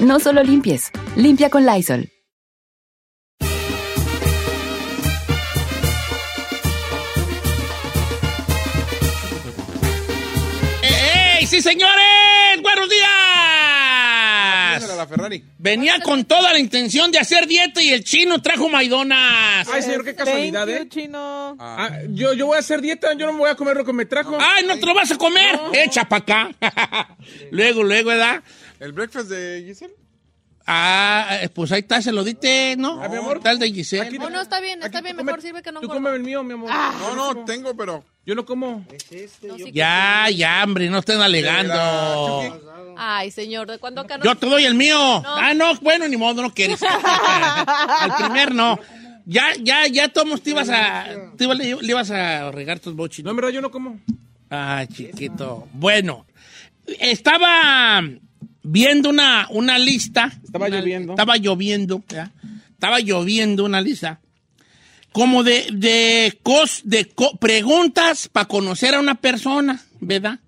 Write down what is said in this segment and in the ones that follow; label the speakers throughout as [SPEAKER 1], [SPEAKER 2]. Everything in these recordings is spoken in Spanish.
[SPEAKER 1] No solo limpies, limpia con Lysol.
[SPEAKER 2] ¡Ey, sí, señores! ¡Buenos días!
[SPEAKER 3] Dímela, la Ferrari.
[SPEAKER 2] Venía con toda la intención de hacer dieta y el chino trajo maidonas.
[SPEAKER 3] Ay, señor, qué casualidad,
[SPEAKER 4] Thank you,
[SPEAKER 3] ¿eh?
[SPEAKER 4] chino.
[SPEAKER 3] Ah, yo, yo voy a hacer dieta, yo no me voy a comer lo que me trajo. Ah,
[SPEAKER 2] ¡Ay, no te lo vas a comer! ¡Echa pa' acá! luego, luego, ¿verdad?
[SPEAKER 5] ¿El breakfast de Giselle?
[SPEAKER 2] Ah, eh, pues ahí está, se lo dite, ¿no?
[SPEAKER 3] Ah, mi amor.
[SPEAKER 2] Tal de Giselle.
[SPEAKER 3] Aquí-
[SPEAKER 4] Oh, no, está bien, está
[SPEAKER 3] aquí
[SPEAKER 4] bien,
[SPEAKER 3] tú
[SPEAKER 4] mejor
[SPEAKER 3] come-
[SPEAKER 4] sirve que no
[SPEAKER 3] Tú
[SPEAKER 4] engorda. Ah.
[SPEAKER 3] come el mío, mi amor.
[SPEAKER 5] No, no, tengo, pero.
[SPEAKER 3] Yo no como.
[SPEAKER 4] No, sí,
[SPEAKER 2] Ya, ya, hombre, no estén
[SPEAKER 5] Era,
[SPEAKER 2] alegando.
[SPEAKER 4] que- Ay, señor, ¿de cuándo acá no?
[SPEAKER 2] Yo te doy el mío. Ah, no, bueno, ni modo, no quieres. Al primer no. Ya, ya, ya, Tomos, te ibas a. Te iba- le ibas a regar tus bochitos.
[SPEAKER 3] No, en verdad, yo no como.
[SPEAKER 2] Ah, chiquito. Bueno, estaba viendo una, una lista.
[SPEAKER 3] Estaba
[SPEAKER 2] Una-
[SPEAKER 3] lloviendo.
[SPEAKER 2] Estaba lloviendo. ¿ya? Estaba lloviendo una lista. Como de, de, cos, de co- preguntas para conocer a una persona, ¿verdad?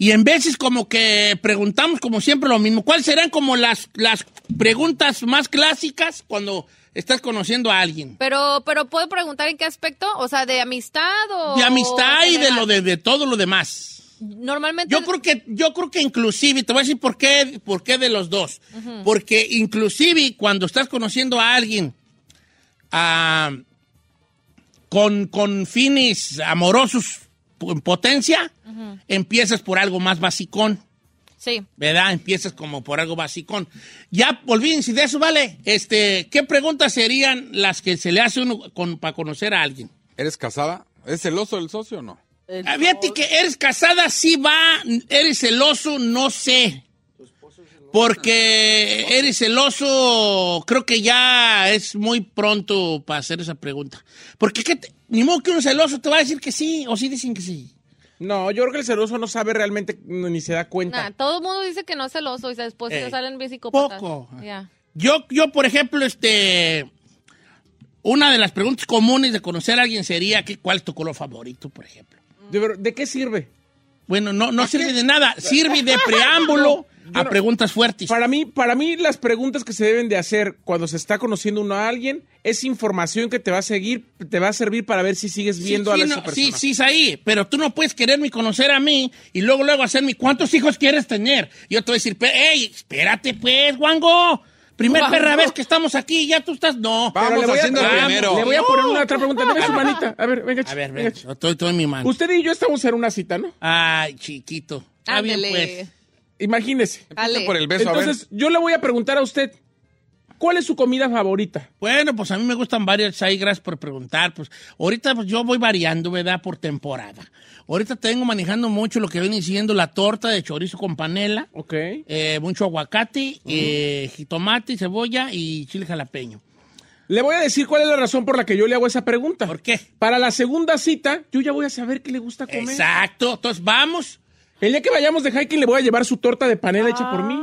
[SPEAKER 2] Y en veces como que preguntamos como siempre lo mismo. ¿Cuáles serán como las, las preguntas más clásicas cuando estás conociendo a alguien?
[SPEAKER 4] Pero, pero ¿puedo preguntar en qué aspecto? O sea, ¿de amistad o...?
[SPEAKER 2] De amistad y de
[SPEAKER 4] general?
[SPEAKER 2] lo de, de todo lo demás.
[SPEAKER 4] Normalmente...
[SPEAKER 2] Yo creo que, yo creo que inclusive, te voy a decir por qué, por qué de los dos. Porque inclusive cuando estás conociendo a alguien ah, con, con fines amorosos en potencia, empiezas por algo más basicón.
[SPEAKER 4] Sí.
[SPEAKER 2] ¿Verdad? Empiezas como por algo basicón. Ya, olvídense de eso, ¿vale? Este, ¿qué preguntas serían las que se le hace uno con- para conocer a alguien?
[SPEAKER 5] ¿Eres casada? ¿Es celoso el socio o no?
[SPEAKER 2] Ah, Fíjate que eres casada, sí va. Eres celoso, no sé. Porque eres celoso, creo que ya es muy pronto para hacer esa pregunta. Porque ¿qué te- ni modo que un celoso te va a decir que sí, o sí dicen que sí.
[SPEAKER 3] No, yo creo que el celoso no sabe realmente no, ni se da
[SPEAKER 4] Nah,
[SPEAKER 3] cuenta.
[SPEAKER 4] todo el mundo dice que no es celoso y después
[SPEAKER 2] Ey.
[SPEAKER 4] se salen bien psicópatas.
[SPEAKER 2] Poco.
[SPEAKER 4] Ya.
[SPEAKER 2] Yo, yo, por ejemplo, este, una de las preguntas comunes de conocer a alguien sería ¿qué, cuál es tu color favorito, por ejemplo.
[SPEAKER 3] De, ver- ¿de qué sirve?
[SPEAKER 2] Bueno, no, no sirve de nada, sirve de preámbulo a preguntas fuertes.
[SPEAKER 3] Para mí, para mí, las preguntas que se deben de hacer cuando se está conociendo uno a alguien es información que te va a seguir, te va a servir para ver si sigues viendo
[SPEAKER 2] sí,
[SPEAKER 3] a
[SPEAKER 2] sí,
[SPEAKER 3] la
[SPEAKER 2] no,
[SPEAKER 3] esa
[SPEAKER 2] sí,
[SPEAKER 3] persona.
[SPEAKER 2] sí, Saí, pero tú no puedes quererme y conocer a mí y luego, luego hacerme, ¿cuántos hijos quieres tener? Yo te voy a decir, pe- ey, espérate pues, guango, primer
[SPEAKER 4] Guango.
[SPEAKER 2] perra vez que estamos aquí, ya tú estás, no.
[SPEAKER 3] Pero
[SPEAKER 5] Vamos
[SPEAKER 3] le voy a-
[SPEAKER 5] haciendo
[SPEAKER 2] el
[SPEAKER 3] vamos,
[SPEAKER 2] primero.
[SPEAKER 3] Le voy a poner una otra pregunta. Venga, su manita. A ver, venga.
[SPEAKER 2] A ver,
[SPEAKER 3] venga.
[SPEAKER 2] ven, yo estoy todo en mi mano.
[SPEAKER 3] Usted y yo estamos en una cita, ¿no?
[SPEAKER 2] Ay, chiquito. Está bien,
[SPEAKER 4] Ándele.
[SPEAKER 2] pues.
[SPEAKER 3] Imagínese.
[SPEAKER 4] Dale.
[SPEAKER 5] Por el beso,
[SPEAKER 3] Entonces, yo le voy a preguntar a usted, ¿cuál es su comida favorita?
[SPEAKER 2] Bueno, pues a mí me gustan varias ahí, gracias por preguntar. Pues ahorita pues, yo voy variando, ¿verdad? Por temporada. Ahorita tengo manejando mucho lo que viene siendo la torta de chorizo con panela.
[SPEAKER 3] Ok.
[SPEAKER 2] eh, mucho aguacate, eh, jitomate, cebolla y chile jalapeño.
[SPEAKER 3] Le voy a decir cuál es la razón por la que yo le hago esa pregunta.
[SPEAKER 2] ¿Por qué?
[SPEAKER 3] Para la segunda cita, yo ya voy a saber qué le gusta comer.
[SPEAKER 2] Exacto. Entonces vamos.
[SPEAKER 3] El día que vayamos de hiking, le voy a llevar su torta de panela hecha por mí.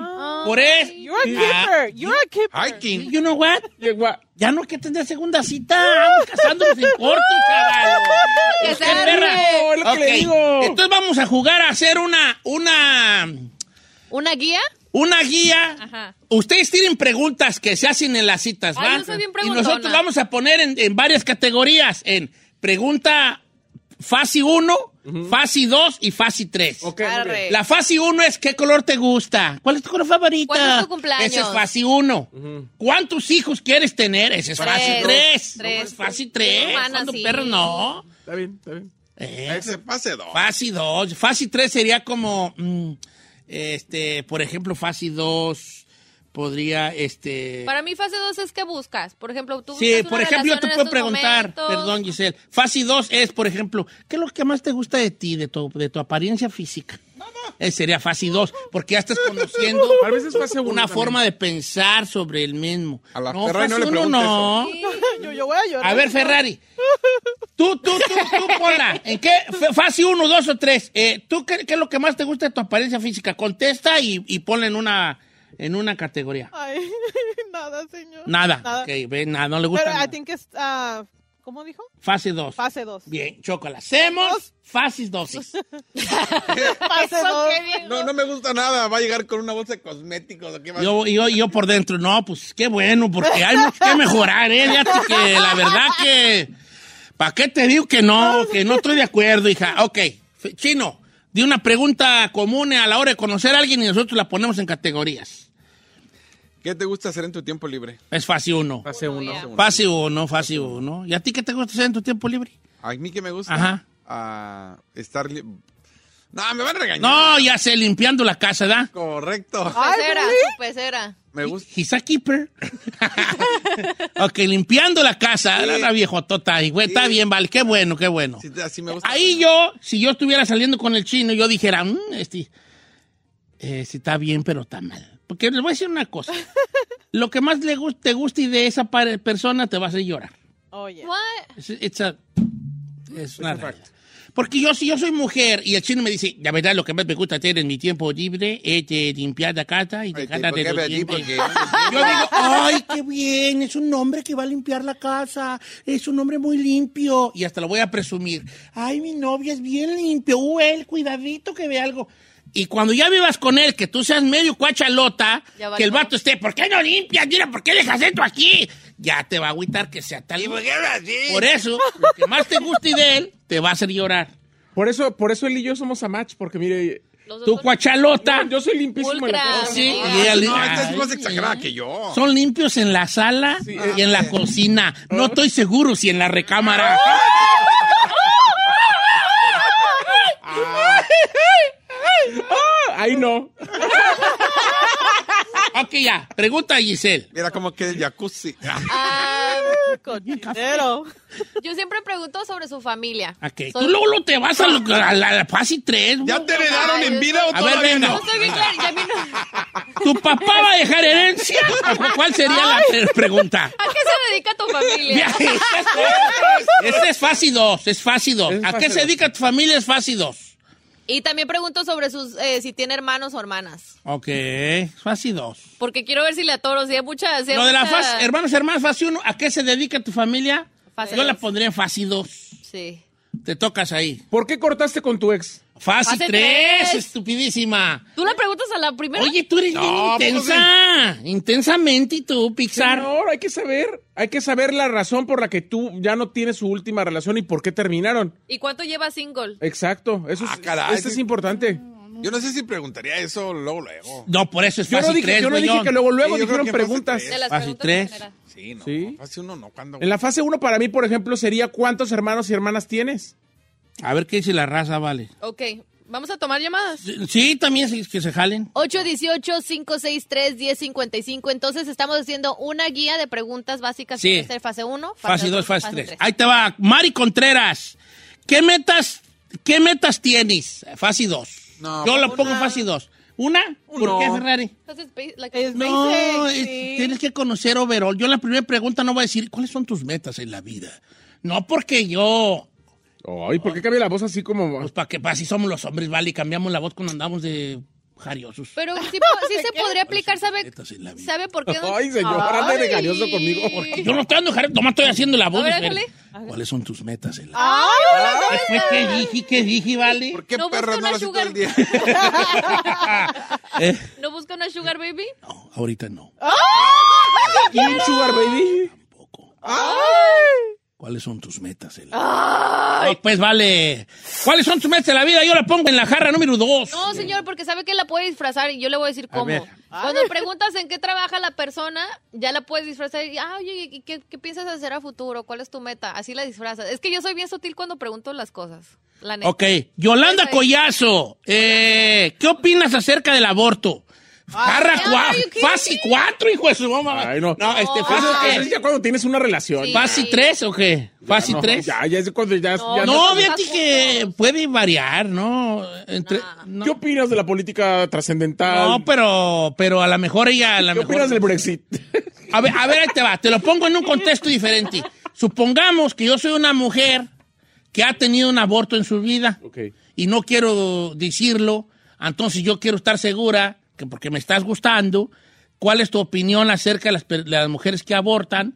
[SPEAKER 2] Por eso.
[SPEAKER 4] You're Ah. a
[SPEAKER 2] Ah.
[SPEAKER 4] keeper. You're a keeper.
[SPEAKER 5] ¿verdad? Hiking.
[SPEAKER 2] You know what?
[SPEAKER 3] Y el gua-
[SPEAKER 2] Ya no hay que tener segunda cita. Vamos casándonos en corto, chaval.
[SPEAKER 4] Que
[SPEAKER 2] Usted,
[SPEAKER 4] se arme.
[SPEAKER 2] perra.
[SPEAKER 3] Oh, Es lo que le
[SPEAKER 2] Ok.
[SPEAKER 3] digo.
[SPEAKER 2] Entonces vamos a jugar a hacer una, una,
[SPEAKER 4] ¿Una guía?
[SPEAKER 2] una guía.
[SPEAKER 4] Ajá.
[SPEAKER 2] Ustedes tienen preguntas que se hacen en las citas,
[SPEAKER 4] Ay,
[SPEAKER 2] ¿va?
[SPEAKER 4] yo soy bien
[SPEAKER 2] y
[SPEAKER 4] preguntona.
[SPEAKER 2] nosotros vamos a poner en, en varias categorías. En pregunta fase 1, fase 2 y fase 3.
[SPEAKER 3] Ok, muy
[SPEAKER 4] Arre.
[SPEAKER 3] bien.
[SPEAKER 2] La fase 1 es qué color te gusta, cuál es tu color favorita.
[SPEAKER 4] ¿Cuándo es tu cumpleaños?
[SPEAKER 2] Esa es fase 1. ¿Cuántos hijos quieres tener? Esa es
[SPEAKER 4] Tres.
[SPEAKER 2] fase 3.
[SPEAKER 4] Tres.
[SPEAKER 2] es fase 3.
[SPEAKER 4] Humana,
[SPEAKER 2] Cuando
[SPEAKER 4] sí.
[SPEAKER 2] perro no.
[SPEAKER 3] Está bien, está bien.
[SPEAKER 2] Eh,
[SPEAKER 5] Ese pase dos.
[SPEAKER 2] fase 2. Fase 3 sería como, mm, este, por ejemplo, fase 2 podría, este...
[SPEAKER 4] Para mí fase 2 es que buscas. Por ejemplo, tú buscas
[SPEAKER 2] Sí,
[SPEAKER 4] una
[SPEAKER 2] por ejemplo, yo
[SPEAKER 4] relación
[SPEAKER 2] te
[SPEAKER 4] en
[SPEAKER 2] puedo
[SPEAKER 4] estos
[SPEAKER 2] preguntar,
[SPEAKER 4] momentos.
[SPEAKER 2] perdón Giselle, fase 2 es, por ejemplo, ¿qué es lo que más te gusta de ti, de tu, de tu apariencia física? Eh, sería fase 2, porque ya estás conociendo
[SPEAKER 3] A veces fase uno
[SPEAKER 2] una
[SPEAKER 3] también.
[SPEAKER 2] forma de pensar sobre el mismo.
[SPEAKER 5] A la Ferrari no
[SPEAKER 2] fase
[SPEAKER 5] le
[SPEAKER 2] uno
[SPEAKER 5] preguntes
[SPEAKER 2] no.
[SPEAKER 6] Yo, yo voy a llorar.
[SPEAKER 2] A ver, Ferrari, tú, tú, tú, tú, Pola, ¿en qué F- fase 1, 2 o 3? ¿Tú qué, qué es lo que más te gusta de tu apariencia física? Contesta y, y ponla en una, en una categoría.
[SPEAKER 6] Ay, nada, señor.
[SPEAKER 2] Nada, ok, ve, nada, no le gusta
[SPEAKER 6] Pero
[SPEAKER 2] nada.
[SPEAKER 6] I think es, ah, ¿cómo dijo?
[SPEAKER 2] Fase 2.
[SPEAKER 6] Fase 2.
[SPEAKER 2] Bien, chocolate. Hacemos fases dosis.
[SPEAKER 6] Fase
[SPEAKER 4] Eso,
[SPEAKER 6] 2.
[SPEAKER 4] qué bien.
[SPEAKER 5] No, no me gusta nada. Va a llegar con una bolsa de cosméticos. ¿o ¿Qué va a
[SPEAKER 2] Yo, yo, yo por dentro, no, pues qué bueno, porque hay mucho que mejorar, ¿eh? Fíjate que la verdad que. ¿Para qué te digo que no? Que no estoy de acuerdo, hija. Ok, F- chino, di una pregunta común a la hora de conocer a alguien y nosotros la ponemos en categorías.
[SPEAKER 5] ¿Qué te gusta hacer en tu tiempo libre?
[SPEAKER 2] Es fase uno.
[SPEAKER 3] Fase uno.
[SPEAKER 4] ya.
[SPEAKER 2] Fase uno, fase uno. ¿Y a ti qué te gusta hacer en tu tiempo libre?
[SPEAKER 5] A mí que me gusta.
[SPEAKER 2] Ajá.
[SPEAKER 5] A estar. li- No, me van a regañar.
[SPEAKER 2] No, ya sé, limpiando la casa, ¿da?
[SPEAKER 5] Correcto.
[SPEAKER 6] Ay,
[SPEAKER 4] Pecera,
[SPEAKER 6] ¿really?
[SPEAKER 4] su pecera.
[SPEAKER 5] Me gusta.
[SPEAKER 2] He's a keeper. ok, limpiando la casa.
[SPEAKER 5] Sí.
[SPEAKER 2] La, la viejotota ahí, güey. Está
[SPEAKER 5] Sí.
[SPEAKER 2] bien, vale. Qué bueno, qué bueno.
[SPEAKER 5] Sí, así me gusta.
[SPEAKER 2] Ahí yo, si yo estuviera saliendo con el chino, yo dijera, "Mm, este, eh, sí está bien, pero está mal. Porque les voy a decir una cosa. Lo que más le gus- te guste y de esa pare- persona te va a hacer llorar.
[SPEAKER 6] Oye.
[SPEAKER 4] What?
[SPEAKER 2] Es, it's a- es una realidad. Porque yo, si yo soy mujer y el chino me dice, la verdad, lo que más me gusta hacer en mi tiempo libre es de limpiar la casa y
[SPEAKER 5] Ay,
[SPEAKER 2] dejarla
[SPEAKER 5] ¿por qué
[SPEAKER 2] de los
[SPEAKER 5] ve allí?
[SPEAKER 2] dientes".
[SPEAKER 5] Porque-
[SPEAKER 2] Yo digo, ay, qué bien, es un hombre que va a limpiar la casa, es un hombre muy limpio. Y hasta lo voy a presumir. Ay, mi novia es bien limpio, uh, él, cuidadito que ve algo. Y cuando ya vivas con él, que tú seas medio cuachalota,
[SPEAKER 4] Ya valió.
[SPEAKER 2] que el vato esté, ¿por qué no limpias? Mira, ¿por qué dejas esto aquí? Ya te va a agüitar que sea tal. Por eso, lo que más te guste de él, te va a hacer llorar.
[SPEAKER 3] Por eso, por eso él y yo somos a match, porque mire,
[SPEAKER 4] Los dos
[SPEAKER 2] Tu
[SPEAKER 4] son-
[SPEAKER 2] cuachalota.
[SPEAKER 3] yo soy limpísimo en la
[SPEAKER 4] Pulcra.
[SPEAKER 3] casa.
[SPEAKER 2] Sí,
[SPEAKER 4] Ah,
[SPEAKER 2] y ella li-
[SPEAKER 5] No, esta
[SPEAKER 2] Ay,
[SPEAKER 5] es más exagerada que yo.
[SPEAKER 2] Son limpios en la sala y en la cocina.
[SPEAKER 3] Oh.
[SPEAKER 2] No estoy seguro si en la recámara.
[SPEAKER 3] Ah, Ahí no.
[SPEAKER 2] ok, ya. Pregunta a Giselle.
[SPEAKER 5] Mira como que el jacuzzi.
[SPEAKER 4] Ah,
[SPEAKER 6] Cochinero.
[SPEAKER 4] yo siempre pregunto sobre su familia.
[SPEAKER 2] Ok.
[SPEAKER 4] Soy-
[SPEAKER 2] Tú luego lo te vas a, lo- a la, a la fase 3.
[SPEAKER 5] ¿Ya te heredaron en vida o
[SPEAKER 2] A ver,
[SPEAKER 5] todavía
[SPEAKER 2] venga.
[SPEAKER 5] no?
[SPEAKER 4] No estoy bien clara, ya a mí no-
[SPEAKER 2] ¿Tu papá va a dejar herencia? ¿Cuál sería la pre- pregunta?
[SPEAKER 4] ¿A qué se dedica tu familia?
[SPEAKER 2] Este es fase 2, es fase 2.
[SPEAKER 3] Es
[SPEAKER 2] ¿A
[SPEAKER 3] fase
[SPEAKER 2] qué se
[SPEAKER 3] dos.
[SPEAKER 2] dedica tu familia? Es fase 2.
[SPEAKER 4] Y también pregunto sobre sus eh, si tiene hermanos o hermanas.
[SPEAKER 2] Ok, fase 2.
[SPEAKER 4] Porque quiero ver si le atoro, si hay muchas. si hay
[SPEAKER 2] Lo de la
[SPEAKER 4] mucha-
[SPEAKER 2] fase, hermanos, hermanas, fase 1, ¿a qué se dedica tu familia?
[SPEAKER 4] Fase
[SPEAKER 2] Yo la
[SPEAKER 4] dos.
[SPEAKER 2] pondría en fase 2.
[SPEAKER 4] Sí.
[SPEAKER 2] Te tocas ahí.
[SPEAKER 3] ¿Por qué cortaste con tu ex?
[SPEAKER 2] Fase
[SPEAKER 4] Fase
[SPEAKER 2] 3,
[SPEAKER 4] tres.
[SPEAKER 2] estupidísima.
[SPEAKER 4] Tú le preguntas a la primera.
[SPEAKER 2] Oye, tú eres bien
[SPEAKER 5] No,
[SPEAKER 3] pues,
[SPEAKER 2] intensa. Intensamente, y tú, Pixar.
[SPEAKER 3] Señor, hay que saber, hay que saber la razón por la que tú ya no tienes su última relación y por qué terminaron.
[SPEAKER 4] ¿Y cuánto lleva single?
[SPEAKER 3] Exacto, eso es,
[SPEAKER 5] Ah, caray. Mm.
[SPEAKER 3] esto es importante.
[SPEAKER 5] Yo no sé si preguntaría eso luego, luego.
[SPEAKER 2] No, por eso es
[SPEAKER 3] Yo
[SPEAKER 2] fácil.
[SPEAKER 3] no dije,
[SPEAKER 2] tres,
[SPEAKER 3] yo no dije
[SPEAKER 2] güeyón.
[SPEAKER 3] que luego luego
[SPEAKER 5] Sí, yo creo
[SPEAKER 3] dijeron
[SPEAKER 5] que fue hace
[SPEAKER 3] preguntas.
[SPEAKER 5] tres.
[SPEAKER 4] De las
[SPEAKER 2] Fase
[SPEAKER 4] preguntas
[SPEAKER 2] tres.
[SPEAKER 4] en general.
[SPEAKER 5] Sí, no.
[SPEAKER 3] Sí.
[SPEAKER 5] Fase uno no. ¿Cuándo?
[SPEAKER 3] En la fase 1 para mí, por ejemplo, sería ¿cuántos hermanos y hermanas tienes?
[SPEAKER 2] A ver qué dice la raza, vale.
[SPEAKER 4] Ok, vamos a tomar llamadas.
[SPEAKER 2] Sí, también sí, que se jalen.
[SPEAKER 4] 818-563-1055. Entonces estamos haciendo una guía de preguntas básicas.
[SPEAKER 2] Sí.
[SPEAKER 4] Tiene que ser fase 1,
[SPEAKER 2] Fase 2, fase 3. Ahí te va, Mari Contreras. ¿Qué metas, qué metas tienes? Fase 2.
[SPEAKER 5] No,
[SPEAKER 2] Yo la
[SPEAKER 3] pues,
[SPEAKER 5] una.
[SPEAKER 2] pongo fase 2. ¿Una? ¿Por
[SPEAKER 3] Uno.
[SPEAKER 2] qué, Ferrari?
[SPEAKER 6] Es
[SPEAKER 2] No, es-
[SPEAKER 6] basic, sí.
[SPEAKER 2] tienes que conocer overall. Yo la primera pregunta no voy a decir, ¿cuáles son tus metas en la vida? No porque yo,
[SPEAKER 3] Ay, ¿por qué cambia la voz así como
[SPEAKER 2] pues para que, para si somos los hombres, vale, y cambiamos la voz cuando andamos de jariosos.
[SPEAKER 4] Pero sí, po- sí se podría aplicar, ¿sabe?
[SPEAKER 2] Metas en la vida.
[SPEAKER 4] ¿Sabe por qué?
[SPEAKER 3] Ay, señor, ande regañoso conmigo.
[SPEAKER 2] Yo no estoy dando jariosos, nomás estoy haciendo la voz.
[SPEAKER 4] A ver, Ah,
[SPEAKER 2] Fer.
[SPEAKER 4] hágale.
[SPEAKER 2] ¿Cuáles son tus metas en la vida?
[SPEAKER 6] Ay, hola.
[SPEAKER 2] ¿Qué fue que dije, que dije, vale?
[SPEAKER 5] ¿Por qué
[SPEAKER 4] No busca
[SPEAKER 5] perras no
[SPEAKER 4] una
[SPEAKER 5] las todo
[SPEAKER 4] sugar.
[SPEAKER 5] el día?
[SPEAKER 2] Eh,
[SPEAKER 4] ¿No busca una sugar baby?
[SPEAKER 2] no, ahorita no.
[SPEAKER 3] un sugar baby?
[SPEAKER 2] Tampoco.
[SPEAKER 6] Ay.
[SPEAKER 2] ¿Cuáles son tus metas? Eli? No, pues vale. ¿Cuáles son tus metas de la vida? Yo la pongo en la jarra número dos.
[SPEAKER 4] No, señor, porque sabe que la puede disfrazar y yo le voy a decir cómo.
[SPEAKER 2] ver.
[SPEAKER 4] Cuando preguntas en qué trabaja la persona, ya la puedes disfrazar y, ah, oye, ¿y qué, qué piensas hacer a futuro? ¿Cuál es tu meta? Así la disfrazas. Es que yo soy bien sutil cuando pregunto las cosas. La neta.
[SPEAKER 2] Ok, Yolanda
[SPEAKER 4] Esa es.
[SPEAKER 2] Collazo, eh, ¿qué opinas acerca del aborto? Jarra
[SPEAKER 4] ay,
[SPEAKER 2] cua-
[SPEAKER 4] are you kidding
[SPEAKER 2] fase 4, hijo de su mamá.
[SPEAKER 3] Ay, no.
[SPEAKER 2] este,
[SPEAKER 4] No,
[SPEAKER 2] fase
[SPEAKER 3] Eso-
[SPEAKER 4] ay.
[SPEAKER 3] eso Ah, es
[SPEAKER 2] qué?
[SPEAKER 3] ya cuando tienes una relación. Ah,
[SPEAKER 4] Sí.
[SPEAKER 2] ¿Fase 3 o qué? ¿Fase
[SPEAKER 3] No,
[SPEAKER 2] 3?
[SPEAKER 3] Ya, ya es cuando ya.
[SPEAKER 4] No,
[SPEAKER 3] ya
[SPEAKER 2] No,
[SPEAKER 4] no
[SPEAKER 2] fíjate
[SPEAKER 4] está
[SPEAKER 2] que
[SPEAKER 4] juntos.
[SPEAKER 2] puede variar, ¿no? Entre, no.
[SPEAKER 3] ¿Qué opinas de la política trascendental?
[SPEAKER 2] No, pero, pero a lo mejor ella, a lo
[SPEAKER 3] ¿Qué opinas
[SPEAKER 2] mejor...
[SPEAKER 3] del Brexit?
[SPEAKER 2] A ver, a ver, ahí te va, te lo pongo en un contexto diferente. Supongamos que yo soy una mujer que ha tenido un aborto en su vida.
[SPEAKER 3] ok.
[SPEAKER 2] y no quiero decirlo, entonces yo quiero estar segura, que porque me estás gustando, cuál es tu opinión acerca de las, per- de las mujeres que abortan,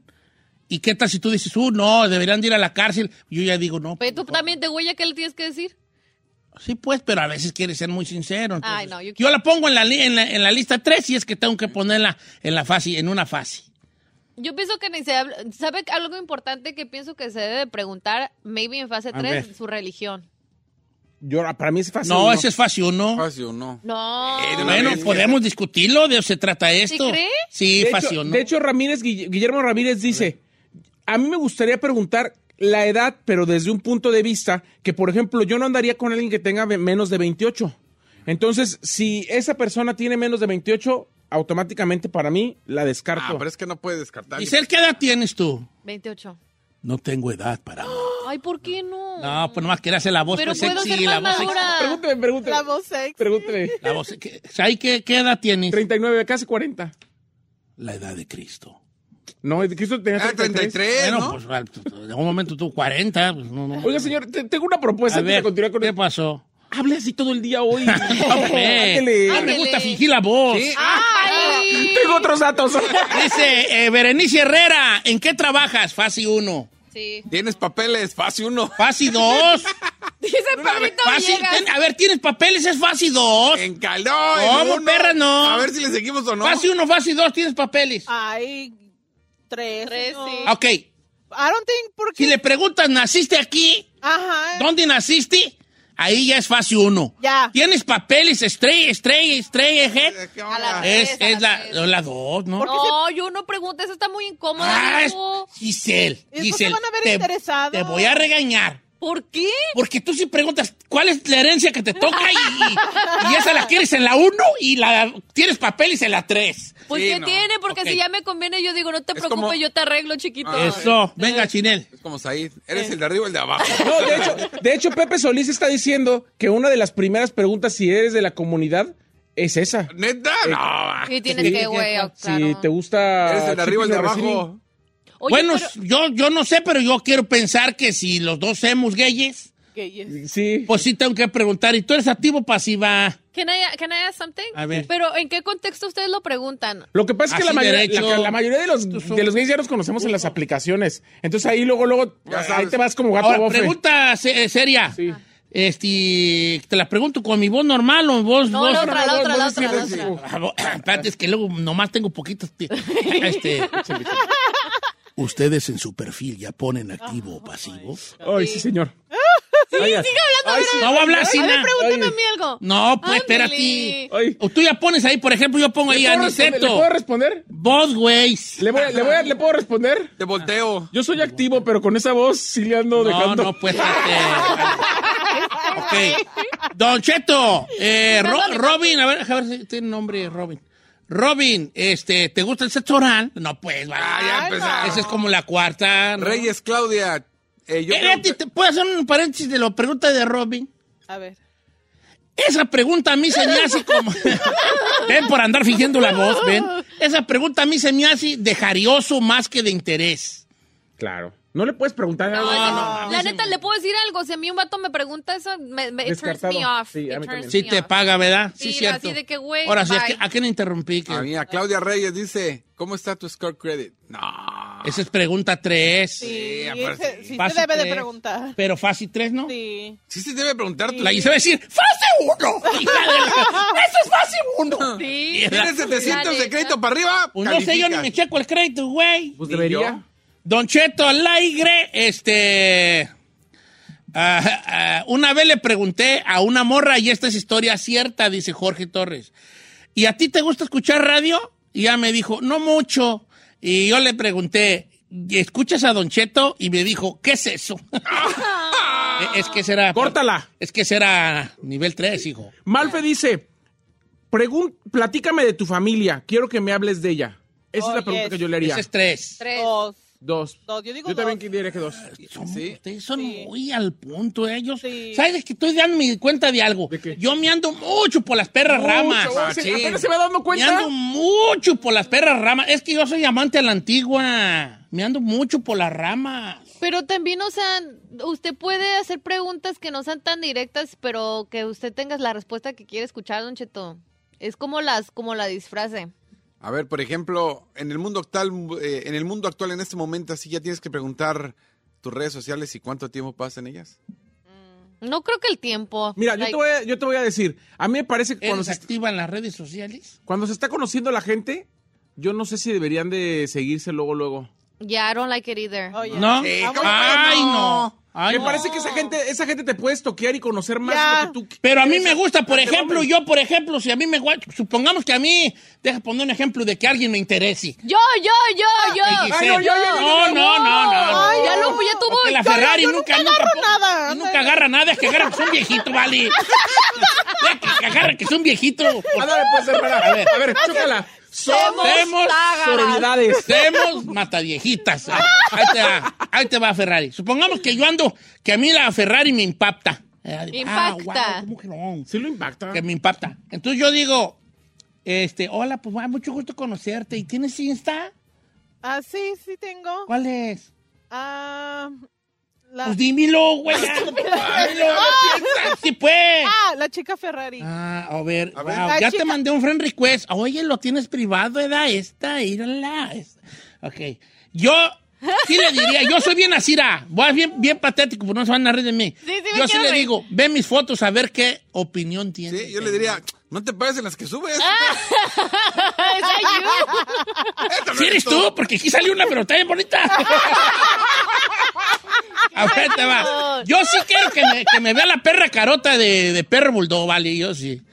[SPEAKER 2] y qué tal si tú dices, uh, no, deberían de ir a la cárcel, yo ya digo, no.
[SPEAKER 4] Pero tú también te huella, ¿qué le tienes que decir?
[SPEAKER 2] Sí, pues, pero a veces quieres ser muy sincero. entonces,
[SPEAKER 4] Ay, no, yo
[SPEAKER 2] yo, la pongo en la, li- en la, en la lista 3 y es que tengo que ponerla en la fase, en una fase.
[SPEAKER 4] Yo pienso que ni se habla. ¿Sabe algo importante que pienso que se debe preguntar, maybe en fase
[SPEAKER 2] A
[SPEAKER 4] 3,
[SPEAKER 2] ver.
[SPEAKER 4] su religión?
[SPEAKER 3] Yo, para mí es fácil.
[SPEAKER 2] no, ese es fase 1.
[SPEAKER 5] Fácil o no.
[SPEAKER 4] No.
[SPEAKER 5] Eh, de una
[SPEAKER 2] Bueno,
[SPEAKER 5] vez.
[SPEAKER 2] podemos discutirlo, de eso se trata esto.
[SPEAKER 4] cree?
[SPEAKER 2] Sí,
[SPEAKER 3] de
[SPEAKER 2] fase
[SPEAKER 3] hecho,
[SPEAKER 2] 1.
[SPEAKER 3] de hecho, Ramírez, Guille- Guillermo Ramírez dice, a mí me gustaría preguntar la edad, pero desde un punto de vista que, por ejemplo, yo no andaría con alguien que tenga ve- menos de 28. Entonces, si esa persona tiene menos de 28, automáticamente para mí la
[SPEAKER 5] Ah,
[SPEAKER 3] descarto.
[SPEAKER 5] pero es que no puede descartar.
[SPEAKER 2] Giselle, ¿qué edad tienes tú?
[SPEAKER 4] 28.
[SPEAKER 2] No tengo edad para...
[SPEAKER 4] Ay, ¿por qué no?
[SPEAKER 2] No, pues nomás quería hacer la voz
[SPEAKER 4] Pero
[SPEAKER 2] pues,
[SPEAKER 4] puedo
[SPEAKER 2] sexy,
[SPEAKER 4] ser
[SPEAKER 2] la
[SPEAKER 4] más
[SPEAKER 2] voz sexy.
[SPEAKER 4] madura.
[SPEAKER 3] Pregúnteme,
[SPEAKER 2] Ah.
[SPEAKER 3] pregúnteme.
[SPEAKER 6] La voz sexy.
[SPEAKER 3] Pregúnteme.
[SPEAKER 2] La voz, ¿qué, ¿Saí qué, qué edad tienes?
[SPEAKER 3] 39, casi 40.
[SPEAKER 2] La edad de Cristo.
[SPEAKER 3] No, es que Cristo tenía
[SPEAKER 5] Ah, 33,
[SPEAKER 2] bueno,
[SPEAKER 5] ¿no?
[SPEAKER 2] pues al- en un momento tú 40, pues no, no.
[SPEAKER 3] ¿Eh, Oiga, señor, te- tengo una propuesta
[SPEAKER 2] A
[SPEAKER 3] antes de
[SPEAKER 2] ver,
[SPEAKER 3] continuar con
[SPEAKER 2] ¿qué
[SPEAKER 3] el-
[SPEAKER 2] pasó?
[SPEAKER 3] Hable así todo el día hoy.
[SPEAKER 2] No, hombre.
[SPEAKER 3] Ándele.
[SPEAKER 2] Ah, me gusta fingir la voz.
[SPEAKER 5] Sí.
[SPEAKER 4] ah. Ay.
[SPEAKER 3] Tengo otros datos.
[SPEAKER 2] Dice eh, Berenice Herrera, ¿en qué trabajas? Fase 1.
[SPEAKER 4] Sí.
[SPEAKER 5] Ah, Tienes papeles, fase uno.
[SPEAKER 2] Fase 2.
[SPEAKER 4] Dice Pablito
[SPEAKER 2] Fase-
[SPEAKER 4] Villegas.
[SPEAKER 2] ten- a ver, ¿tienes papeles? Es fase 2.
[SPEAKER 3] Eh,
[SPEAKER 5] En calor.
[SPEAKER 2] ¿Cómo, perra, no?
[SPEAKER 5] A ver si le seguimos o no.
[SPEAKER 2] Fase 1, fase 2, tienes papeles.
[SPEAKER 4] Ah.
[SPEAKER 6] Ay, tres.
[SPEAKER 4] Tres,
[SPEAKER 6] no.
[SPEAKER 4] sí.
[SPEAKER 2] Ok.
[SPEAKER 6] I don't think porque.
[SPEAKER 2] Si le preguntas, ¿naciste aquí?
[SPEAKER 6] Ajá.
[SPEAKER 2] ¿Dónde naciste? Ahí ya es fase 1.
[SPEAKER 6] Ya.
[SPEAKER 2] Tienes papeles, estrella, estrella, estrella, eje.
[SPEAKER 5] Eh, ¿qué
[SPEAKER 4] A
[SPEAKER 5] onda?
[SPEAKER 4] la
[SPEAKER 2] Es,
[SPEAKER 4] tres, a
[SPEAKER 2] es la
[SPEAKER 4] tres.
[SPEAKER 2] 2, la dos, ¿no?
[SPEAKER 4] No, yo no pregunto, eso está muy incómodo.
[SPEAKER 2] Ah, es-
[SPEAKER 4] amigo.
[SPEAKER 2] Giselle,
[SPEAKER 6] Después
[SPEAKER 2] Giselle,
[SPEAKER 6] se van a ver
[SPEAKER 2] te,
[SPEAKER 6] interesados.
[SPEAKER 2] te voy a regañar.
[SPEAKER 4] ¿Por qué?
[SPEAKER 2] Porque tú sí preguntas cuál es la herencia que te toca y, y esa la quieres en la 1 y la tienes papeles en la 3.
[SPEAKER 4] Pues
[SPEAKER 5] Sí,
[SPEAKER 4] qué
[SPEAKER 5] no.
[SPEAKER 4] tiene, porque
[SPEAKER 2] Ok. Ah,
[SPEAKER 4] si ya me conviene, yo digo, no te
[SPEAKER 5] Es
[SPEAKER 4] preocupes,
[SPEAKER 5] como-
[SPEAKER 4] yo te arreglo, chiquito.
[SPEAKER 2] Eso, venga, Chinel.
[SPEAKER 5] Es como Said.
[SPEAKER 4] Eh.
[SPEAKER 5] Eres el de arriba o el de abajo.
[SPEAKER 3] No, de hecho, de hecho, Pepe Solís está diciendo que una de las primeras preguntas, si eres de la comunidad, es esa.
[SPEAKER 5] ¿Neta?
[SPEAKER 3] eh, ah,
[SPEAKER 5] No.
[SPEAKER 4] Y tienes
[SPEAKER 3] Sí,
[SPEAKER 4] que, güey,
[SPEAKER 3] si
[SPEAKER 4] claro.
[SPEAKER 3] te gusta.
[SPEAKER 5] Eres el de arriba o el de
[SPEAKER 3] Chiquis
[SPEAKER 5] abajo.
[SPEAKER 4] Oye,
[SPEAKER 2] bueno,
[SPEAKER 4] pero-
[SPEAKER 2] yo, yo no sé, pero yo quiero pensar que si los dos somos gayes,
[SPEAKER 6] Que yes.
[SPEAKER 3] Resini. Sí.
[SPEAKER 2] pues sí tengo que preguntar. ¿Y tú eres activo o pasiva?
[SPEAKER 4] Can I, can I ask something?
[SPEAKER 2] A ver.
[SPEAKER 4] Pero ¿en qué contexto ustedes lo preguntan?
[SPEAKER 3] Lo que pasa es que
[SPEAKER 2] Así
[SPEAKER 3] la mayoría,
[SPEAKER 2] derecho.
[SPEAKER 3] la, la mayoría de los, de los gays ya nos conocemos en las aplicaciones. Entonces ahí luego, luego,
[SPEAKER 5] Ya
[SPEAKER 3] ahí
[SPEAKER 5] sabes.
[SPEAKER 3] te vas como gato
[SPEAKER 2] Ahora,
[SPEAKER 3] bofe.
[SPEAKER 2] pregunta se- eh, seria. Este, te la pregunto con mi voz normal o mi voz...
[SPEAKER 4] No,
[SPEAKER 2] voz-
[SPEAKER 4] la otra, la otra, la
[SPEAKER 3] no,
[SPEAKER 4] otra, la
[SPEAKER 3] sí,
[SPEAKER 4] otra.
[SPEAKER 3] sí.
[SPEAKER 2] Ah, bo- Espérate, es que luego nomás tengo poquitos... ti- Este... Ustedes en su perfil ya ponen activo o pasivo.
[SPEAKER 3] Ay, sí, señor. Ay, ay.
[SPEAKER 2] No voy a hablar sin
[SPEAKER 4] A ver,
[SPEAKER 2] nada.
[SPEAKER 4] pregúntame
[SPEAKER 3] Ay.
[SPEAKER 4] a mí algo.
[SPEAKER 2] No, pues
[SPEAKER 4] Ándale.
[SPEAKER 2] espérate.
[SPEAKER 3] Ay.
[SPEAKER 2] O tú ya pones ahí, por ejemplo, yo pongo ahí
[SPEAKER 3] ¿Le puedo responder? ¿Le
[SPEAKER 2] Aniceto.
[SPEAKER 3] puedo responder?
[SPEAKER 2] Both ways.
[SPEAKER 3] ¿Le, voy, a- le, voy a- ¿Le puedo responder?
[SPEAKER 5] Te volteo.
[SPEAKER 3] Yo soy activo, pero con esa voz sí le ando
[SPEAKER 2] No,
[SPEAKER 3] dejando.
[SPEAKER 2] no, pues este. ok. Don Cheto, eh, Ro- Robin, a ver, a ver si tiene nombre Robin. Robin, este, ¿te gusta el sexo oral? No, pues,
[SPEAKER 5] Ah, ya
[SPEAKER 2] vaya.
[SPEAKER 5] empezaron.
[SPEAKER 2] Esa es como la cuarta. ¿no?
[SPEAKER 5] Reyes, Claudia. eh, yo
[SPEAKER 2] Eh, Leti,
[SPEAKER 5] pregunté-
[SPEAKER 2] ¿te puedo hacer un paréntesis de la pregunta de Robin?
[SPEAKER 6] A ver.
[SPEAKER 2] Esa pregunta a mí se me hace como... ven, por andar fingiendo la voz, ven. Esa pregunta a mí se me hace de jarioso más que de interés.
[SPEAKER 3] Claro. No le puedes preguntar
[SPEAKER 4] No,
[SPEAKER 3] algo.
[SPEAKER 4] ese-
[SPEAKER 2] no,
[SPEAKER 4] la neta, le puedo decir algo. Si a mí un vato me pregunta eso, me, me- it turns
[SPEAKER 3] Descartado.
[SPEAKER 4] me off.
[SPEAKER 3] Sí, a
[SPEAKER 4] It
[SPEAKER 3] mí
[SPEAKER 4] turns
[SPEAKER 3] también.
[SPEAKER 2] Sí
[SPEAKER 4] me
[SPEAKER 2] te
[SPEAKER 4] off.
[SPEAKER 2] paga, ¿verdad? Sí,
[SPEAKER 4] Sí,
[SPEAKER 2] cierto.
[SPEAKER 4] así de que, güey,
[SPEAKER 2] Ahora sí, ¿a
[SPEAKER 4] bye.
[SPEAKER 2] qué- ¿a quién interrumpí? que-
[SPEAKER 5] A mí, a Claudia Reyes dice, ¿cómo está tu score credit? No.
[SPEAKER 2] Esa es pregunta 3.
[SPEAKER 6] Sí,
[SPEAKER 5] aparte-
[SPEAKER 6] se- sí
[SPEAKER 2] Fase
[SPEAKER 6] se debe de
[SPEAKER 2] tres.
[SPEAKER 6] preguntar.
[SPEAKER 2] Pero fase 3, ¿no?
[SPEAKER 6] Sí.
[SPEAKER 5] Sí se debe preguntar. tu-
[SPEAKER 2] La hice decir, ¡fase 1! ¡Eso es fase 1!
[SPEAKER 4] Sí.
[SPEAKER 2] Mierda.
[SPEAKER 5] ¿Tienes 700 de crédito para arriba?
[SPEAKER 2] Pues no sé, yo ni
[SPEAKER 5] Calificas.
[SPEAKER 2] me checo el crédito, güey.
[SPEAKER 3] Pues
[SPEAKER 5] Ni
[SPEAKER 3] debería.
[SPEAKER 5] yo.
[SPEAKER 2] Don Cheto Alaigre, este. ah, ah, una vez le pregunté a una morra, y esta es historia cierta, dice Jorge Torres. ¿Y a ti te gusta escuchar radio? Y ya me dijo, no mucho. Y yo le pregunté, "¿Y ¿escuchas a Don Cheto? Y me dijo, ¿qué es eso? Eh, es que será.
[SPEAKER 3] Córtala.
[SPEAKER 2] Es que será nivel 3, hijo.
[SPEAKER 3] Malfe dice, pregun- platícame de tu familia, quiero que me hables de ella. Esa es la
[SPEAKER 6] Oh,
[SPEAKER 3] pregunta
[SPEAKER 6] yes.
[SPEAKER 3] que yo le haría.
[SPEAKER 2] Ese es 3.
[SPEAKER 4] Tres.
[SPEAKER 6] Dos.
[SPEAKER 3] Dos.
[SPEAKER 6] Dos, yo digo
[SPEAKER 3] Yo también
[SPEAKER 6] dos.
[SPEAKER 3] diría que dos.
[SPEAKER 5] Sí.
[SPEAKER 2] Ustedes son
[SPEAKER 6] Sí.
[SPEAKER 2] muy al punto, ellos.
[SPEAKER 6] Sí.
[SPEAKER 2] ¿Sabes que estoy dándome cuenta de algo?
[SPEAKER 3] ¿De qué?
[SPEAKER 2] Yo me ando mucho por las perras ramas.
[SPEAKER 3] Mucho, se-
[SPEAKER 2] Machín.
[SPEAKER 3] apenas se va dando
[SPEAKER 2] Me
[SPEAKER 3] cuenta.
[SPEAKER 2] ando mucho por las perras ramas. Es que yo soy amante a la antigua. Me ando mucho por las ramas.
[SPEAKER 4] Pero también, o sea, usted puede hacer preguntas que no sean tan directas, pero que usted tenga la respuesta que quiere escuchar, Don Cheto. Es como las, como la disfrace.
[SPEAKER 5] A ver, por ejemplo, en el mundo actual, eh, en el mundo actual en este momento, así ya tienes que preguntar tus redes sociales y cuánto tiempo pasas en ellas.
[SPEAKER 4] No creo que el tiempo.
[SPEAKER 3] Mira, yo
[SPEAKER 4] like,
[SPEAKER 3] te, voy a, yo te voy a decir, a mí me parece que cuando
[SPEAKER 2] ¿Eres
[SPEAKER 3] se,
[SPEAKER 2] activa en las redes sociales?
[SPEAKER 3] cuando se está conociendo la gente, yo no sé si deberían de seguirse luego, luego.
[SPEAKER 4] Yeah, I don't like it either.
[SPEAKER 3] Ah.
[SPEAKER 6] Oye.
[SPEAKER 2] ¿No?
[SPEAKER 6] Sí, ¿cómo que
[SPEAKER 2] Ay,
[SPEAKER 6] no?
[SPEAKER 2] no. Ay,
[SPEAKER 3] me
[SPEAKER 2] no.
[SPEAKER 3] parece que esa gente, esa gente te puede estoquear y conocer más
[SPEAKER 6] Ya.
[SPEAKER 3] de lo que tú
[SPEAKER 2] Pero a mí
[SPEAKER 3] quieres.
[SPEAKER 2] me gusta, por
[SPEAKER 3] Ante
[SPEAKER 2] ejemplo,
[SPEAKER 3] hombres.
[SPEAKER 2] yo, por ejemplo, si a mí me gusta, supongamos que a mí, deja poner un ejemplo de que alguien me interese.
[SPEAKER 4] Yo, yo, yo, yo.
[SPEAKER 2] Ah, Y
[SPEAKER 3] Ay,
[SPEAKER 2] sé-
[SPEAKER 3] Ah, no, yo, yo, yo,
[SPEAKER 2] no, no,
[SPEAKER 3] yo,
[SPEAKER 2] no, no, no.
[SPEAKER 6] Ay,
[SPEAKER 4] ya lo ya tuvo.
[SPEAKER 2] Porque la
[SPEAKER 4] yo-
[SPEAKER 2] Ferrari
[SPEAKER 6] yo
[SPEAKER 2] nunca,
[SPEAKER 6] nunca
[SPEAKER 2] nunca,
[SPEAKER 6] agarro
[SPEAKER 2] po-
[SPEAKER 6] nada.
[SPEAKER 2] nunca agarra nada, es que agarra que es un viejito, vale. Es que agarra que es un viejito.
[SPEAKER 3] Ándale, pues, espera. A ver, a ver, chócala. Somos
[SPEAKER 2] Somos
[SPEAKER 3] sororidades.
[SPEAKER 2] Somos mataviejitas. Ah, Ahí te va, ahí te va Ferrari. Supongamos que yo ando, que a mí la Ferrari me impacta. Eh, ah,
[SPEAKER 4] Impacta.
[SPEAKER 2] guau, qué mujerón.
[SPEAKER 3] Sí lo impacta.
[SPEAKER 2] que me impacta. Entonces yo digo, este, hola, pues guay, mucho gusto conocerte. ¿Y tienes Insta?
[SPEAKER 6] Ah, sí, sí tengo.
[SPEAKER 2] ¿Cuál es?
[SPEAKER 6] Ah, la,
[SPEAKER 2] Pues dímelo, güey. Dímelo. Sí, pues.
[SPEAKER 6] ah, la chica Ferrari.
[SPEAKER 2] Ah, a ver,
[SPEAKER 5] A ver.
[SPEAKER 2] wow,
[SPEAKER 6] La
[SPEAKER 2] ya te
[SPEAKER 6] chica-
[SPEAKER 2] mandé un friend request. Oye, lo tienes privado, edad esta, írala. esta. Ok. Yo sí le diría, yo soy bien así, ah, voy a bien, bien patético, porque no se van a reír de mí.
[SPEAKER 4] sí, me
[SPEAKER 2] yo sí
[SPEAKER 4] quiero
[SPEAKER 2] le
[SPEAKER 4] reír.
[SPEAKER 2] digo, ve mis fotos a ver qué opinión tienes.
[SPEAKER 5] Sí, yo le diría, no te pares en las que subes.
[SPEAKER 4] Is that you?
[SPEAKER 5] Esto no
[SPEAKER 2] Si eres tú, porque aquí salió una pelota bien bonita. A ver, te va. Yo sí quiero que me, que me vea la perra carota de, de perro bulldog, vale, yo sí.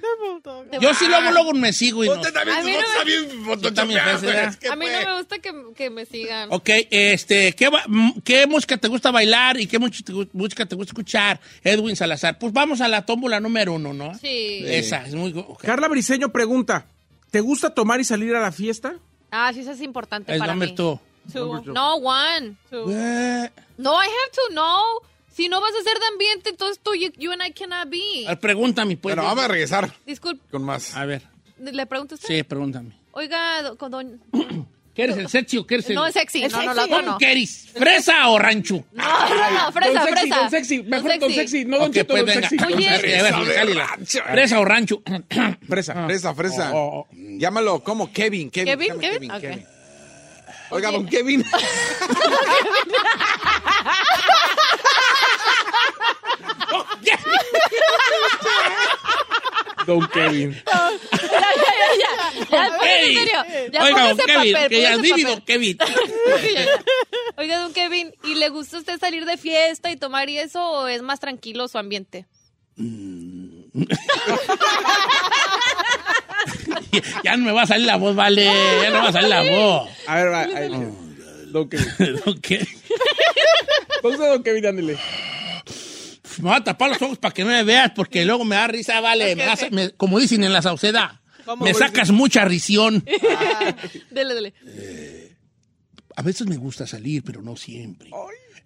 [SPEAKER 2] Yo sí luego, luego me sigo y no.
[SPEAKER 5] Usted también,
[SPEAKER 4] A mí
[SPEAKER 5] su
[SPEAKER 4] no
[SPEAKER 5] voz
[SPEAKER 4] me-
[SPEAKER 5] está bien
[SPEAKER 2] Yo también
[SPEAKER 5] fotochopeada,
[SPEAKER 2] pensé, ¿verdad?
[SPEAKER 5] es que
[SPEAKER 4] A mí
[SPEAKER 5] fue.
[SPEAKER 4] no me gusta que, que me sigan.
[SPEAKER 2] Ok, este, ¿qué, va- m- qué música te gusta bailar y qué much- te gu- música te gusta escuchar, Edwin Salazar? Pues vamos a la tómbola número uno, ¿no?
[SPEAKER 4] Sí.
[SPEAKER 2] Esa, es muy... gu- ok.
[SPEAKER 3] Carla Briseño pregunta, ¿te gusta tomar y salir a la fiesta?
[SPEAKER 4] Ah, sí, eso es importante
[SPEAKER 2] El
[SPEAKER 4] para
[SPEAKER 2] nombre
[SPEAKER 4] mí.
[SPEAKER 2] tú.
[SPEAKER 6] Two,
[SPEAKER 4] No, one.
[SPEAKER 6] two.
[SPEAKER 2] Eh,
[SPEAKER 4] No, I have to know. Si no vas a ser de ambiente, entonces tú, you, you and I cannot be.
[SPEAKER 2] Pregúntame, pues.
[SPEAKER 5] Bueno, vamos a regresar
[SPEAKER 4] Disculpe,
[SPEAKER 5] con más.
[SPEAKER 2] A ver,
[SPEAKER 4] ¿le pregunto a usted?
[SPEAKER 2] sí, pregúntame.
[SPEAKER 4] Oiga, do- con don...
[SPEAKER 2] ¿Quieres el sexy o quieres el...?
[SPEAKER 4] No, sexy.
[SPEAKER 6] ¿Es
[SPEAKER 4] no, no,
[SPEAKER 6] sexy?
[SPEAKER 4] la otra
[SPEAKER 6] ¿Cómo
[SPEAKER 4] no.
[SPEAKER 2] ¿Qué eres? ¿Fresa o rancho?
[SPEAKER 4] No, no, no, Ah, fresa,
[SPEAKER 3] don sexy,
[SPEAKER 4] fresa.
[SPEAKER 3] don sexy, mejor don sexy, no don
[SPEAKER 2] Ok,
[SPEAKER 3] Cheto,
[SPEAKER 2] pues,
[SPEAKER 3] don
[SPEAKER 2] venga.
[SPEAKER 3] sexy.
[SPEAKER 4] Oye.
[SPEAKER 2] Don sexy, a ver,
[SPEAKER 5] Fresa Ah. de
[SPEAKER 2] Cálida.
[SPEAKER 5] rancho.
[SPEAKER 3] eh.
[SPEAKER 2] Fresa o rancho.
[SPEAKER 3] Fresa.
[SPEAKER 5] Fresa, fresa.
[SPEAKER 2] Oh, oh, oh.
[SPEAKER 5] Llámalo como Kevin, Kevin.
[SPEAKER 4] Kevin,
[SPEAKER 5] llame
[SPEAKER 4] Kevin, ok.
[SPEAKER 5] Oiga, don Kevin.
[SPEAKER 3] Don Kevin.
[SPEAKER 4] Ya, ya, ya, ya. Ya, póngase en
[SPEAKER 2] Ey.
[SPEAKER 4] serio. Ya,
[SPEAKER 2] Oiga, don
[SPEAKER 4] póngase
[SPEAKER 2] Kevin,
[SPEAKER 4] papel,
[SPEAKER 2] que ya es
[SPEAKER 4] póngase papel.
[SPEAKER 2] vívido, Kevin.
[SPEAKER 4] Oiga, don Kevin, ¿y le gusta a usted salir de fiesta y tomar y eso o es más tranquilo su ambiente?
[SPEAKER 2] Ya no me va a salir la voz, vale. Ya no va a salir la voz.
[SPEAKER 3] A ver, va, ahí. Don Kevin.
[SPEAKER 2] Ok.
[SPEAKER 3] Entonces, don Kevin, ándele.
[SPEAKER 2] Me voy a tapar los ojos para que no me veas, porque luego me da risa, vale. Me hace- me- como dicen en la sauceda,
[SPEAKER 6] ¿Cómo
[SPEAKER 2] me
[SPEAKER 6] dicen?
[SPEAKER 2] sacas mucha risión.
[SPEAKER 4] Dele, dele.
[SPEAKER 2] A veces me gusta salir, pero no siempre.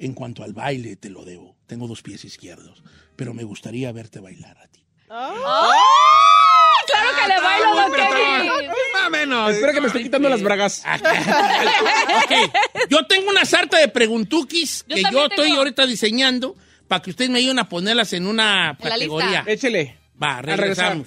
[SPEAKER 2] En cuanto al baile, te lo debo. Tengo dos pies izquierdos, pero me gustaría verte bailar a ti.
[SPEAKER 4] ¡Claro que
[SPEAKER 3] Ah,
[SPEAKER 4] le bailo, don Kevin!
[SPEAKER 5] Más o menos.
[SPEAKER 3] Espera que me estoy quitando las bragas.
[SPEAKER 2] Ah. Ok, Yo tengo una sarta de preguntuquis
[SPEAKER 4] Yo
[SPEAKER 2] que
[SPEAKER 4] también
[SPEAKER 2] yo estoy
[SPEAKER 4] tengo.
[SPEAKER 2] ahorita diseñando para que ustedes me ayuden a ponerlas en una
[SPEAKER 4] En la
[SPEAKER 2] categoría.
[SPEAKER 4] lista.
[SPEAKER 3] Échele.
[SPEAKER 2] Va,
[SPEAKER 3] regresar.
[SPEAKER 2] regresamos.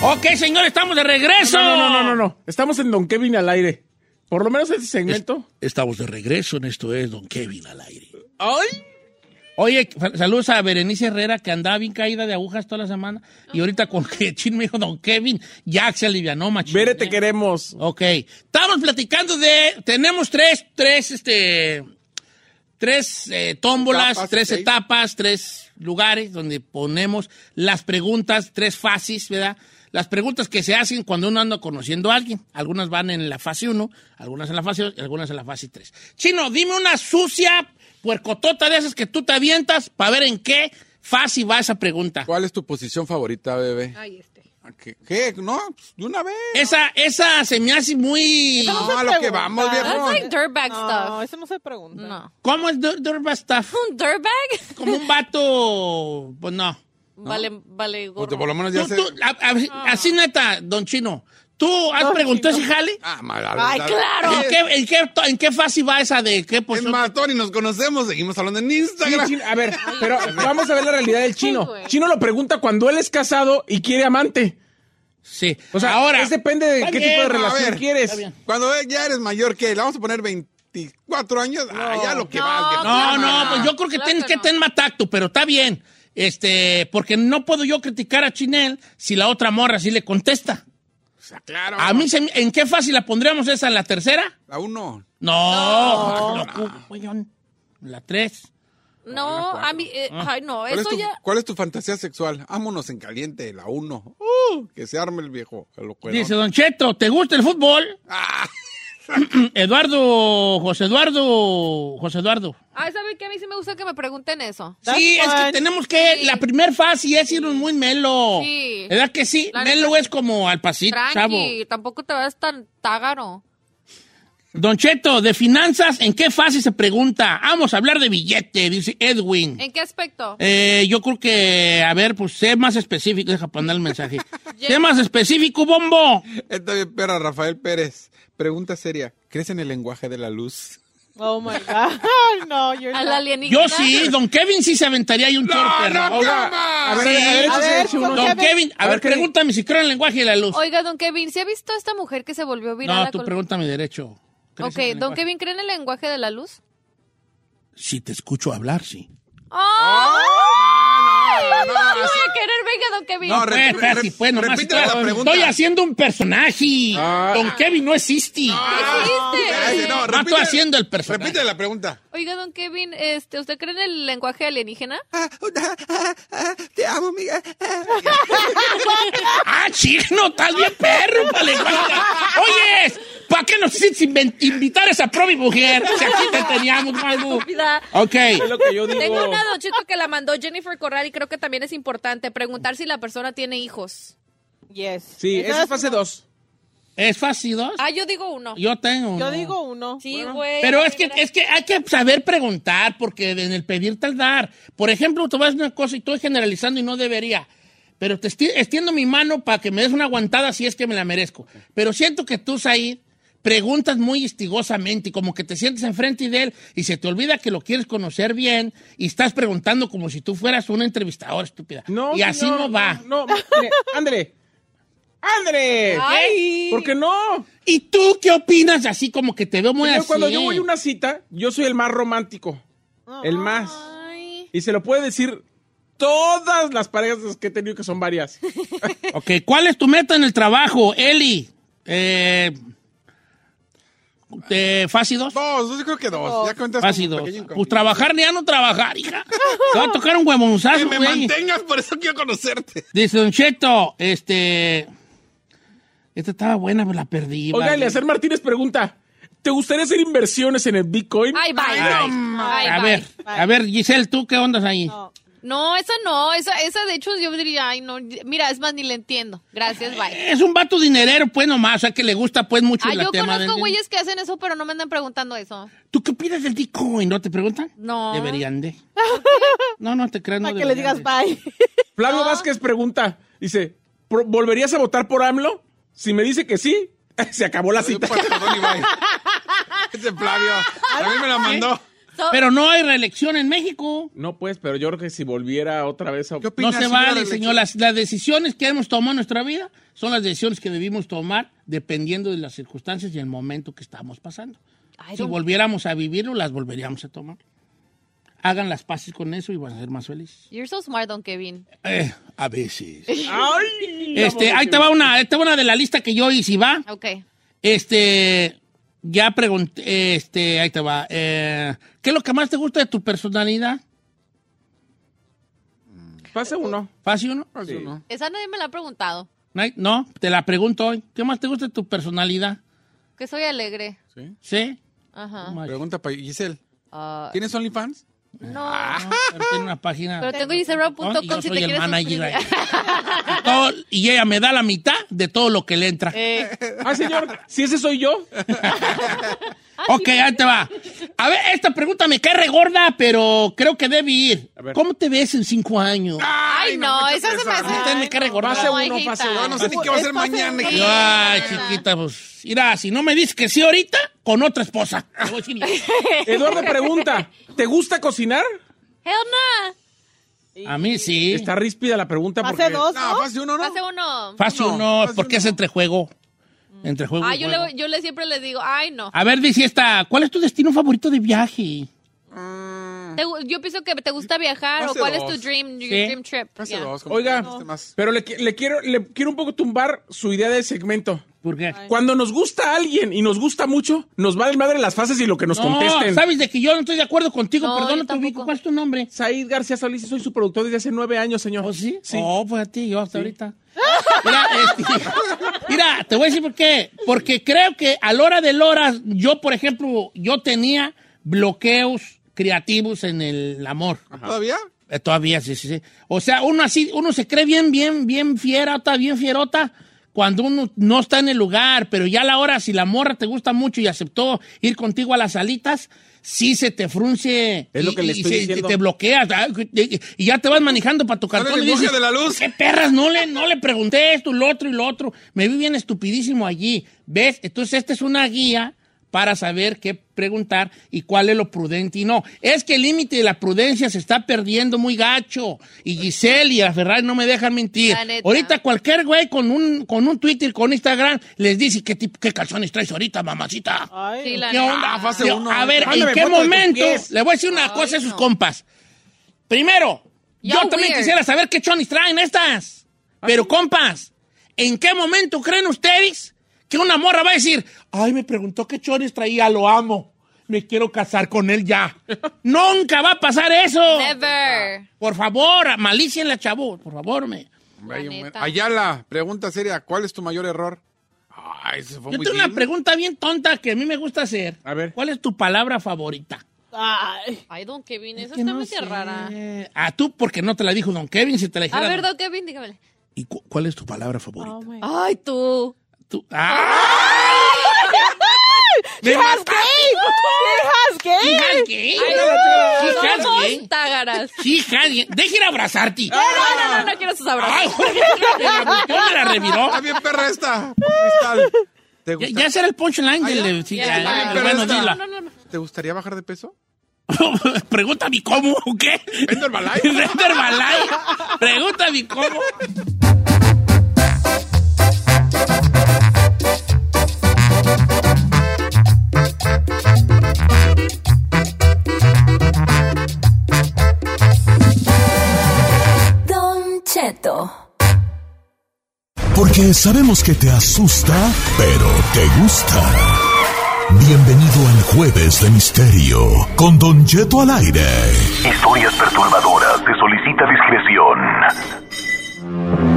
[SPEAKER 2] Ok, señor, estamos de regreso.
[SPEAKER 3] No, no, no, no, no. Estamos en Don Kevin al aire. Por lo menos ese segmento.
[SPEAKER 2] Estamos de regreso en esto es Don Kevin al aire.
[SPEAKER 3] ¡Ay!
[SPEAKER 2] Oye, fa- saludos a Berenice Herrera, que andaba bien caída de agujas toda la semana. Y ahorita con que chin me dijo Don Kevin, ya se alivianó, machín.
[SPEAKER 3] Vere, te queremos.
[SPEAKER 2] Ok. Estamos platicando de. Tenemos tres, tres, este. Tres eh, tómbolas,
[SPEAKER 5] Etapas,
[SPEAKER 2] tres
[SPEAKER 5] ok.
[SPEAKER 2] etapas, tres lugares donde ponemos las preguntas, tres fases, ¿verdad? Las preguntas que se hacen cuando uno anda conociendo a alguien. Algunas van en la fase 1, algunas en la fase 2 y algunas en la fase 3. Chino, dime una sucia puercotota de esas que tú te avientas para ver en qué fase va esa pregunta.
[SPEAKER 5] ¿Cuál es tu posición favorita, bebé?
[SPEAKER 4] Ay, este.
[SPEAKER 5] ¿Qué? qué? No, pues, de una vez.
[SPEAKER 2] Esa, esa se me hace muy...
[SPEAKER 6] Esa
[SPEAKER 5] No, a lo que vamos,
[SPEAKER 6] That's
[SPEAKER 4] That's
[SPEAKER 5] viejo.
[SPEAKER 4] like dirtbag
[SPEAKER 6] No,
[SPEAKER 4] stuff.
[SPEAKER 6] eso no se pregunta.
[SPEAKER 4] No.
[SPEAKER 2] ¿Cómo es Dur- Durba Staff?
[SPEAKER 4] ¿Un dirtbag?
[SPEAKER 2] como un vato, pues no.
[SPEAKER 4] Vale, vale,
[SPEAKER 5] Pues,
[SPEAKER 4] gorro.
[SPEAKER 5] por lo menos ya
[SPEAKER 2] Tú,
[SPEAKER 5] sé.
[SPEAKER 2] tú, a- a-
[SPEAKER 4] Ah.
[SPEAKER 2] así neta, don Chino, ¿tú has preguntado si jale?
[SPEAKER 5] Ah, mala,
[SPEAKER 4] Ay, claro.
[SPEAKER 2] ¿En qué, en, qué, en qué fase va esa de qué
[SPEAKER 5] Es
[SPEAKER 2] posición?
[SPEAKER 5] más, Tony, nos conocemos, seguimos hablando en
[SPEAKER 3] Sí,
[SPEAKER 5] Instagram.
[SPEAKER 3] Chino, a ver, pero vamos a ver la realidad del chino.
[SPEAKER 4] güey.
[SPEAKER 3] Chino lo pregunta cuando él es casado y quiere amante.
[SPEAKER 2] Sí.
[SPEAKER 3] O sea,
[SPEAKER 2] ahora.
[SPEAKER 3] es depende de
[SPEAKER 2] Está
[SPEAKER 3] qué
[SPEAKER 2] bien,
[SPEAKER 3] tipo de
[SPEAKER 2] a
[SPEAKER 3] relación
[SPEAKER 5] ver.
[SPEAKER 3] quieres.
[SPEAKER 2] Está bien.
[SPEAKER 5] Cuando ve- ya eres mayor, ¿qué? ¿Le vamos a poner 24 años? Ah, ya lo que
[SPEAKER 4] No,
[SPEAKER 5] vas. viejo.
[SPEAKER 2] No,
[SPEAKER 4] Claro,
[SPEAKER 2] no,
[SPEAKER 4] no.
[SPEAKER 2] pues yo creo que
[SPEAKER 4] Claro
[SPEAKER 2] tienes
[SPEAKER 4] que
[SPEAKER 2] que
[SPEAKER 4] no.
[SPEAKER 2] tener más tacto, pero está bien. Este, porque no puedo yo criticar a Chinel si la otra morra sí le contesta.
[SPEAKER 5] O sea, claro.
[SPEAKER 2] A mí, se me- ¿en qué fase la pondríamos esa? ¿La tercera?
[SPEAKER 5] Aún no.
[SPEAKER 2] No. loco, weón. La tres.
[SPEAKER 4] No, a mí, eh, ay, no,
[SPEAKER 5] ¿Cuál, es
[SPEAKER 4] eso
[SPEAKER 5] tu,
[SPEAKER 4] ya.
[SPEAKER 5] cuál es tu fantasía sexual? Ámonos en caliente, la uno. Uh, que se arme el viejo. el locuelón.
[SPEAKER 2] Dice Don Cheto, ¿te gusta el fútbol?
[SPEAKER 5] Ah,
[SPEAKER 2] Eduardo, José Eduardo, José Eduardo.
[SPEAKER 4] Ay, ¿saben qué? A mí sí me gusta que me pregunten eso.
[SPEAKER 6] That's
[SPEAKER 2] sí, es que
[SPEAKER 6] fine.
[SPEAKER 2] tenemos que, la primer fase es irnos muy melo.
[SPEAKER 4] Sí.
[SPEAKER 2] ¿Verdad que sí?
[SPEAKER 4] La
[SPEAKER 2] melo
[SPEAKER 4] neta.
[SPEAKER 2] es como al pasito, chavo.
[SPEAKER 4] Tranqui, tampoco te vas tan tágaro.
[SPEAKER 2] Don Cheto, de finanzas, ¿en qué fase se pregunta? Vamos a hablar de billete, dice Edwin.
[SPEAKER 4] ¿En qué aspecto?
[SPEAKER 2] Eh, yo creo que, a ver, pues sé más específico, deja poner el mensaje. sé más específico, bombo.
[SPEAKER 5] esta bien perra, Rafael Pérez. Pregunta seria. ¿Crees en el lenguaje de la luz?
[SPEAKER 6] Oh my God. no, you're
[SPEAKER 4] Al
[SPEAKER 6] not.
[SPEAKER 4] alienígena.
[SPEAKER 2] Yo sí, don Kevin sí se aventaría ahí un chorro, perro.
[SPEAKER 3] A ver, a ver,
[SPEAKER 2] Sí.
[SPEAKER 3] échese,
[SPEAKER 6] A ver,
[SPEAKER 3] échese
[SPEAKER 6] ¿con
[SPEAKER 3] uno.
[SPEAKER 6] qué
[SPEAKER 2] Don Kevin, a,
[SPEAKER 3] A
[SPEAKER 2] ver,
[SPEAKER 3] ver, ¿qué-
[SPEAKER 2] pregúntame si creo en el lenguaje de la luz.
[SPEAKER 4] Oiga, don Kevin, ¿sí ha visto a esta mujer que se volvió viral?
[SPEAKER 2] no,
[SPEAKER 4] la
[SPEAKER 2] tú
[SPEAKER 4] col-
[SPEAKER 2] pregúntame derecho. ¿Crees
[SPEAKER 4] Ok,
[SPEAKER 2] en el
[SPEAKER 4] don
[SPEAKER 2] lenguaje?
[SPEAKER 4] Kevin, ¿cree en el lenguaje de la luz?
[SPEAKER 2] Si te escucho hablar, sí.
[SPEAKER 4] ¡Oh!
[SPEAKER 5] No, no,
[SPEAKER 4] No,
[SPEAKER 5] no,
[SPEAKER 4] voy a querer, venga, don Kevin.
[SPEAKER 5] No, re-
[SPEAKER 2] Pues, casi, pues, nomás
[SPEAKER 5] repite
[SPEAKER 2] estoy-
[SPEAKER 5] la pregunta.
[SPEAKER 2] Estoy haciendo un personaje.
[SPEAKER 3] Ah.
[SPEAKER 2] Don Kevin no existe.
[SPEAKER 4] ¿Qué
[SPEAKER 5] Espérate,
[SPEAKER 4] hiciste?
[SPEAKER 5] no,
[SPEAKER 2] No estoy
[SPEAKER 5] repite-
[SPEAKER 2] haciendo el personaje.
[SPEAKER 5] Repite la pregunta.
[SPEAKER 4] Oiga, don Kevin, este, ¿usted cree en el lenguaje alienígena?
[SPEAKER 5] Ah. Te amo, amiga. Ah.
[SPEAKER 2] Ah, chino, estás bien perro. Vale, Oye, ¿para qué nos hiciste inven- invitar a esa probi mujer? Si aquí te teníamos, Malbu.
[SPEAKER 4] Estúpida.
[SPEAKER 2] Ok.
[SPEAKER 3] Es lo que yo digo.
[SPEAKER 4] Tengo una don Cheto que la mandó Jennifer Corral y creo que también es importante preguntar si la persona tiene hijos.
[SPEAKER 6] Yes.
[SPEAKER 3] Sí, esa es fase 2.
[SPEAKER 2] ¿Es fácil dos?
[SPEAKER 4] Ah, yo digo uno.
[SPEAKER 2] Yo tengo.
[SPEAKER 6] Yo
[SPEAKER 2] uno.
[SPEAKER 6] digo uno.
[SPEAKER 4] Sí, güey.
[SPEAKER 2] Pero es que, es que hay que saber preguntar, porque en el pedir tal dar. Por ejemplo, tú vas a una cosa y estoy generalizando y no debería. Pero te esti- extiendo mi mano para que me des una aguantada si es que me la merezco. Pero siento que tú, Said, preguntas muy estigosamente y como que te sientes enfrente de él y se te olvida que lo quieres conocer bien y estás preguntando como si tú fueras una entrevistadora estúpida.
[SPEAKER 3] No,
[SPEAKER 2] y así
[SPEAKER 3] señor,
[SPEAKER 2] no va.
[SPEAKER 3] No, no, mire, ándale. ¡André!
[SPEAKER 4] Ay.
[SPEAKER 3] ¿Por qué no?
[SPEAKER 2] ¿Y tú qué opinas? Así como que te veo muy
[SPEAKER 3] Señor,
[SPEAKER 2] así.
[SPEAKER 3] cuando yo voy a una cita, yo soy el más romántico. El más.
[SPEAKER 4] Ay.
[SPEAKER 3] Y se lo puede decir todas las parejas que he tenido, que son varias.
[SPEAKER 2] Ok, ¿cuál es tu meta en el trabajo, Eli? Eh, eh, ¿Fácil dos?
[SPEAKER 5] Dos, yo creo que dos. Ya cuentas con
[SPEAKER 2] Fácil
[SPEAKER 5] un
[SPEAKER 2] dos.
[SPEAKER 5] pequeño
[SPEAKER 2] Pues
[SPEAKER 5] inconveniente.
[SPEAKER 2] trabajar ni a no trabajar, hija. Te va a tocar un huevonzazo,
[SPEAKER 5] Que me
[SPEAKER 2] güey.
[SPEAKER 5] mantengas, por eso quiero conocerte.
[SPEAKER 2] Dice Don Cheto, este... Esta estaba buena, pero la perdí.
[SPEAKER 3] Oiga,
[SPEAKER 2] vale.
[SPEAKER 3] Eleazar Martínez pregunta: ¿Te gustaría hacer inversiones en el Bitcoin?
[SPEAKER 4] Ay, bye.
[SPEAKER 2] Ay,
[SPEAKER 4] Ay,
[SPEAKER 2] a
[SPEAKER 4] bye.
[SPEAKER 2] ver, a ver, Giselle, ¿tú qué ondas ahí?
[SPEAKER 6] No.
[SPEAKER 4] No, esa no, esa, esa de hecho yo diría, ay no, mira, es más, ni le entiendo. Gracias, bye.
[SPEAKER 2] Es un vato dinerero, pues, nomás, o sea, que le gusta, pues, mucho
[SPEAKER 4] Ah,
[SPEAKER 2] el
[SPEAKER 4] yo
[SPEAKER 2] tema del
[SPEAKER 4] conozco
[SPEAKER 2] dinero.
[SPEAKER 4] güeyes que hacen eso, pero no me andan preguntando eso.
[SPEAKER 2] ¿Tú qué opinas del Bitcoin? ¿No te preguntan?
[SPEAKER 4] No.
[SPEAKER 2] Deberían de. No, no te creas, no
[SPEAKER 6] Para que le
[SPEAKER 2] deberían
[SPEAKER 6] digas
[SPEAKER 2] de.
[SPEAKER 6] bye.
[SPEAKER 3] Flavio Vázquez pregunta: Dice, "¿Pro- ¿volverías a votar por AMLO? Si me dice que sí, se acabó la
[SPEAKER 5] Soy
[SPEAKER 3] cita.
[SPEAKER 5] parte de Tony Bay. pues, Ese Flavio. A mí me la mandó.
[SPEAKER 4] So-
[SPEAKER 2] Pero no hay reelección en México.
[SPEAKER 3] No, pues, pero yo creo que si volviera otra vez a.
[SPEAKER 5] ¿Qué
[SPEAKER 2] No
[SPEAKER 5] opinas,
[SPEAKER 2] se
[SPEAKER 5] señora
[SPEAKER 2] vale,
[SPEAKER 5] Leche?
[SPEAKER 2] señor. Las, las decisiones que hemos tomado en nuestra vida son las decisiones que debimos tomar dependiendo de las circunstancias y el momento que estamos pasando.
[SPEAKER 4] Ay,
[SPEAKER 2] si
[SPEAKER 4] don-
[SPEAKER 2] volviéramos a vivirlo, las volveríamos a tomar. Hagan las paces con eso y van a ser más felices.
[SPEAKER 4] You're so smart, don Kevin.
[SPEAKER 2] Eh, a veces.
[SPEAKER 3] ¡Ay!
[SPEAKER 2] Este, ahí te va una, ahí te va una de la lista que yo hice, ¿va?
[SPEAKER 4] Ok.
[SPEAKER 2] Este, ya pregunté, este, ahí te va. Eh, ¿Qué es lo que más te gusta de tu personalidad?
[SPEAKER 3] Pasa uno.
[SPEAKER 2] ¿Fácil o no?
[SPEAKER 3] Sí.
[SPEAKER 4] Esa nadie me la ha preguntado.
[SPEAKER 2] No hay- No, te la pregunto hoy. ¿Qué más te gusta de tu personalidad?
[SPEAKER 4] Que soy alegre.
[SPEAKER 2] ¿Sí? Oh
[SPEAKER 4] Ajá.
[SPEAKER 2] Más.
[SPEAKER 5] Pregunta para Giselle.
[SPEAKER 4] Ah,
[SPEAKER 5] ¿Tienes OnlyFans?
[SPEAKER 4] no.
[SPEAKER 2] Pero tiene una página.
[SPEAKER 4] Pero tengo
[SPEAKER 2] Ah. ¿no? Y
[SPEAKER 4] gisebra.com
[SPEAKER 2] yo
[SPEAKER 4] si
[SPEAKER 2] soy
[SPEAKER 4] te
[SPEAKER 2] el
[SPEAKER 4] quieres
[SPEAKER 2] manager.
[SPEAKER 4] suscribir.
[SPEAKER 2] ahí. Y, todo- y ella me da la mitad de todo lo que le entra.
[SPEAKER 4] Eh.
[SPEAKER 3] Ah, señor, si ese soy yo.
[SPEAKER 4] Ah,
[SPEAKER 2] ok, ahí te va. A ver, esta pregunta me cae regorda, pero creo que debe ir.
[SPEAKER 3] A ver.
[SPEAKER 2] ¿Cómo te ves en cinco años?
[SPEAKER 4] Ay, no,
[SPEAKER 5] me
[SPEAKER 4] esa se me
[SPEAKER 5] toques
[SPEAKER 4] hace-
[SPEAKER 5] eso.
[SPEAKER 2] Usted me cae regorda.
[SPEAKER 3] Pase
[SPEAKER 4] ay,
[SPEAKER 3] uno, pase
[SPEAKER 4] hijita.
[SPEAKER 3] uno.
[SPEAKER 5] No sé ni qué va a hacer mañana.
[SPEAKER 4] fácil.
[SPEAKER 5] hija.
[SPEAKER 2] Ay, chiquita, pues. Mira, si no me dices que sí ahorita, con otra esposa. Te voy a decir yo.
[SPEAKER 3] Eduardo pregunta: ¿Te gusta cocinar?
[SPEAKER 4] Hell nah.
[SPEAKER 2] A mí sí.
[SPEAKER 3] Está ríspida la pregunta porque.
[SPEAKER 6] Hace dos,
[SPEAKER 5] No,
[SPEAKER 6] ¿no?
[SPEAKER 5] fácil uno, ¿no?
[SPEAKER 4] Hace uno.
[SPEAKER 2] Fácil
[SPEAKER 5] No,
[SPEAKER 2] no,
[SPEAKER 5] fácil
[SPEAKER 2] porque es
[SPEAKER 5] no.
[SPEAKER 2] entre juego. Entre juego. y
[SPEAKER 4] Ay, Ah, yo
[SPEAKER 2] juego.
[SPEAKER 4] le, yo le siempre le digo, ay, no.
[SPEAKER 2] A ver, dice esta, ¿cuál es tu destino favorito de viaje?
[SPEAKER 4] Te gu- yo pienso que te gusta viajar o
[SPEAKER 5] Hace
[SPEAKER 4] cuál
[SPEAKER 5] dos.
[SPEAKER 4] es tu dream, your
[SPEAKER 2] Sí.
[SPEAKER 4] dream trip.
[SPEAKER 5] Hace
[SPEAKER 4] Yeah.
[SPEAKER 5] dos. como
[SPEAKER 3] Oiga,
[SPEAKER 5] que este más.
[SPEAKER 3] pero le, qui- le quiero, le quiero un poco tumbar su idea del segmento.
[SPEAKER 2] Porque
[SPEAKER 3] Cuando nos gusta alguien y nos gusta mucho, nos vale madre las fases y lo que nos contesten.
[SPEAKER 2] sabes de que yo no estoy de acuerdo contigo,
[SPEAKER 4] No,
[SPEAKER 2] perdón,
[SPEAKER 4] yo
[SPEAKER 2] te ubico.
[SPEAKER 4] tampoco.
[SPEAKER 2] ¿Cuál es tu nombre?
[SPEAKER 3] Said García Solís, soy su productor desde hace nueve años, señor.
[SPEAKER 2] ¿Oh, sí?
[SPEAKER 3] Sí.
[SPEAKER 2] Oh, pues a ti, yo hasta ahorita. Mira, este, mira, te voy a decir por qué. Porque creo que a la hora de la hora, yo, por ejemplo, yo tenía bloqueos creativos en el amor.
[SPEAKER 5] ¿Todavía?
[SPEAKER 2] Eh, Todavía, sí, sí, sí. O sea, uno así, uno se cree bien, bien, bien fierota, bien fierota cuando uno no está en el lugar, pero ya a la hora, si la morra te gusta mucho y aceptó ir contigo a las salitas, sí se te frunce.
[SPEAKER 3] Es lo
[SPEAKER 2] y-
[SPEAKER 3] que le
[SPEAKER 2] y
[SPEAKER 3] estoy
[SPEAKER 2] se-
[SPEAKER 3] diciendo.
[SPEAKER 2] Te bloqueas. ah, Y y ya te vas manejando para tu
[SPEAKER 5] Sale
[SPEAKER 2] cartón
[SPEAKER 5] el
[SPEAKER 2] y dices,
[SPEAKER 5] buje de la luz.
[SPEAKER 2] ¿Qué perras? No le, no le pregunté esto, lo otro y lo otro. Me vi bien estupidísimo allí. ¿Ves? Entonces, esta es una guía para saber qué preguntar y cuál es lo prudente y no. Es que el límite de la prudencia se está perdiendo muy gacho. Y Giselle y la Ferrari no me dejan mentir.
[SPEAKER 4] La neta.
[SPEAKER 2] Ahorita cualquier güey con un, con un Twitter, con Instagram, les dice, ¿qué, tipo, qué calzones traes ahorita, mamacita?
[SPEAKER 6] Ay,
[SPEAKER 4] Sí, la
[SPEAKER 2] ¿Qué
[SPEAKER 4] neta.
[SPEAKER 2] onda?
[SPEAKER 5] fase
[SPEAKER 2] ¿Qué-
[SPEAKER 5] uno.
[SPEAKER 2] A ver, ¿en
[SPEAKER 3] Mándame
[SPEAKER 2] qué
[SPEAKER 3] foto de tus
[SPEAKER 2] momento?
[SPEAKER 3] pies.
[SPEAKER 2] Le voy a decir una cosa a sus compas. Primero, yo
[SPEAKER 4] Yo
[SPEAKER 2] también
[SPEAKER 4] weird.
[SPEAKER 2] quisiera saber qué chonis traen estas. Pero, compas, ¿en qué momento creen ustedes que una morra va a decir, ay, me preguntó qué chonis traía, lo amo, me quiero casar con él ya? Nunca va a pasar eso.
[SPEAKER 5] Ah.
[SPEAKER 4] Never.
[SPEAKER 2] Por favor, malícienla, chavo, por favor, me.
[SPEAKER 5] Hombre, hay un
[SPEAKER 4] neta.
[SPEAKER 5] buen- Ayala, pregunta seria. ¿Cuál es tu mayor error? Ay, se fue
[SPEAKER 2] Yo
[SPEAKER 5] muy
[SPEAKER 2] tengo una
[SPEAKER 5] deep.
[SPEAKER 2] pregunta bien tonta que a mí me gusta hacer.
[SPEAKER 3] A ver.
[SPEAKER 2] ¿Cuál es tu palabra favorita?
[SPEAKER 6] Ay.
[SPEAKER 4] Ay, don Kevin, esa
[SPEAKER 2] Que
[SPEAKER 4] está
[SPEAKER 2] no
[SPEAKER 4] muy
[SPEAKER 2] sé.
[SPEAKER 4] rara.
[SPEAKER 2] Ah, tú, porque no te la dijo Don Kevin, si te la
[SPEAKER 4] A
[SPEAKER 2] dijera.
[SPEAKER 4] ver,
[SPEAKER 2] don-
[SPEAKER 4] don Kevin, dígame.
[SPEAKER 2] ¿Y cu- cuál es tu palabra favorita?
[SPEAKER 6] Oh my-
[SPEAKER 4] Ay, tú.
[SPEAKER 2] Tú- ¡Ah! ¡Me
[SPEAKER 6] has
[SPEAKER 2] mataste!
[SPEAKER 6] gay! He has
[SPEAKER 2] ¡Sí,
[SPEAKER 6] gay!
[SPEAKER 2] has gay! ¡Sí, has
[SPEAKER 4] Somos
[SPEAKER 2] gay!
[SPEAKER 4] tágaras.
[SPEAKER 2] ¡Sí, has gay! ¡Deja ir a abrazarte!
[SPEAKER 4] No, no, no, no quiero sus abrazos.
[SPEAKER 2] ¡Ay, Jorge! Me la metió, me la reviró.
[SPEAKER 5] Está bien perra esta. Cristal. ¿Te,
[SPEAKER 2] Ya,
[SPEAKER 5] gusta-
[SPEAKER 2] ya será el punchline
[SPEAKER 5] Ah,
[SPEAKER 2] del...
[SPEAKER 5] ya.
[SPEAKER 2] de- sí,
[SPEAKER 4] Ya,
[SPEAKER 2] ya, ya,
[SPEAKER 4] ya,
[SPEAKER 5] ya.
[SPEAKER 2] bueno,
[SPEAKER 5] Pero
[SPEAKER 2] dila.
[SPEAKER 5] esta-
[SPEAKER 4] No, no, no.
[SPEAKER 5] ¿Te gustaría bajar de peso?
[SPEAKER 2] Pregúntame cómo, ¿o qué?
[SPEAKER 5] Vendo Herbalife.
[SPEAKER 2] Vendo Herbalife. Pregúntame cómo.
[SPEAKER 7] que sabemos que te asusta, pero te gusta. Bienvenido al Jueves de Misterio con Don Cheto al aire.
[SPEAKER 8] Historias perturbadoras. Te solicita discreción.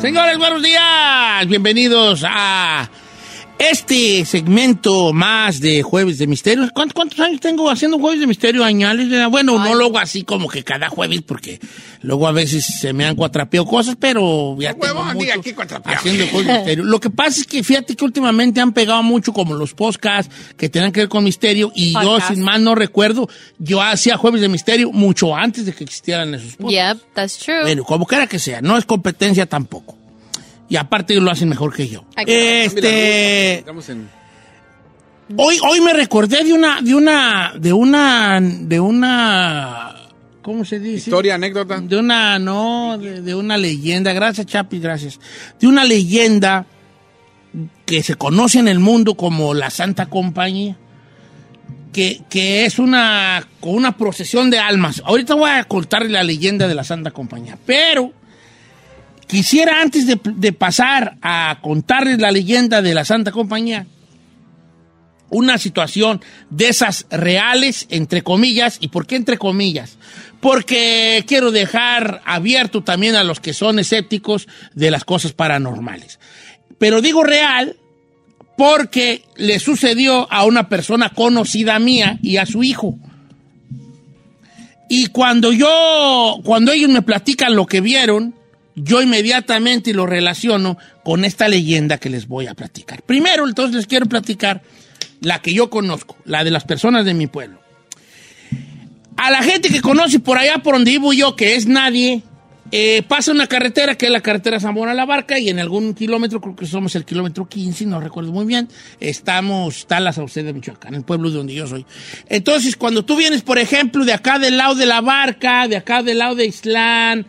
[SPEAKER 2] Señores, buenos días. Bienvenidos a este segmento más de Jueves de Misterios. ¿Cuántos, cuántos años tengo haciendo Jueves de Misterio añales? Bueno, no lo hago así como que cada jueves, porque luego a veces se me han cuatrapeado cosas, pero ya tengo
[SPEAKER 5] Huevón, diga
[SPEAKER 2] mucho
[SPEAKER 5] aquí cuatrapeado.
[SPEAKER 2] haciendo Jueves de Misterio. Lo que pasa es que fíjate que últimamente han pegado mucho como los podcasts que tenían que ver con misterio y yo,
[SPEAKER 6] Podcast.
[SPEAKER 2] sin mal no recuerdo, yo hacía Jueves de Misterio mucho antes de que existieran esos podcasts.
[SPEAKER 4] Yep, that's true.
[SPEAKER 2] Bueno, como quiera que sea, no es competencia tampoco. Y aparte lo hacen mejor que yo.
[SPEAKER 4] Ay, qué
[SPEAKER 3] Ah,
[SPEAKER 2] Este,
[SPEAKER 5] Estamos en...
[SPEAKER 2] hoy, hoy me recordé de una, de una, de una, de una, ¿cómo se dice?
[SPEAKER 5] Historia, anécdota.
[SPEAKER 2] De una, no, de, de una leyenda. Gracias, Chapi, gracias. De una leyenda que se conoce en el mundo como la Santa Compañía, que, que es una, con una procesión de almas. Ahorita voy a contar la leyenda de la Santa Compañía, pero quisiera antes de, de pasar a contarles la leyenda de la Santa Compañía, una situación de esas reales, entre comillas. ¿Y por qué entre comillas? Porque quiero dejar abierto también a los que son escépticos de las cosas paranormales. Pero digo real porque le sucedió a una persona conocida mía y a su hijo. Y cuando yo, cuando ellos me platican lo que vieron, yo inmediatamente lo relaciono con esta leyenda que les voy a platicar. Primero, entonces les quiero platicar la que yo conozco, la de las personas de mi pueblo. A la gente que conoce por allá por donde vivo yo, que es nadie, eh, pasa una carretera que es la carretera Zamora La Barca y en algún kilómetro, creo que somos el kilómetro 15, no recuerdo muy bien, estamos, está la Sauceda de Michoacán, el pueblo de donde yo soy. Entonces, cuando tú vienes, por ejemplo, de acá del lado de La Barca, de acá del lado de Islán,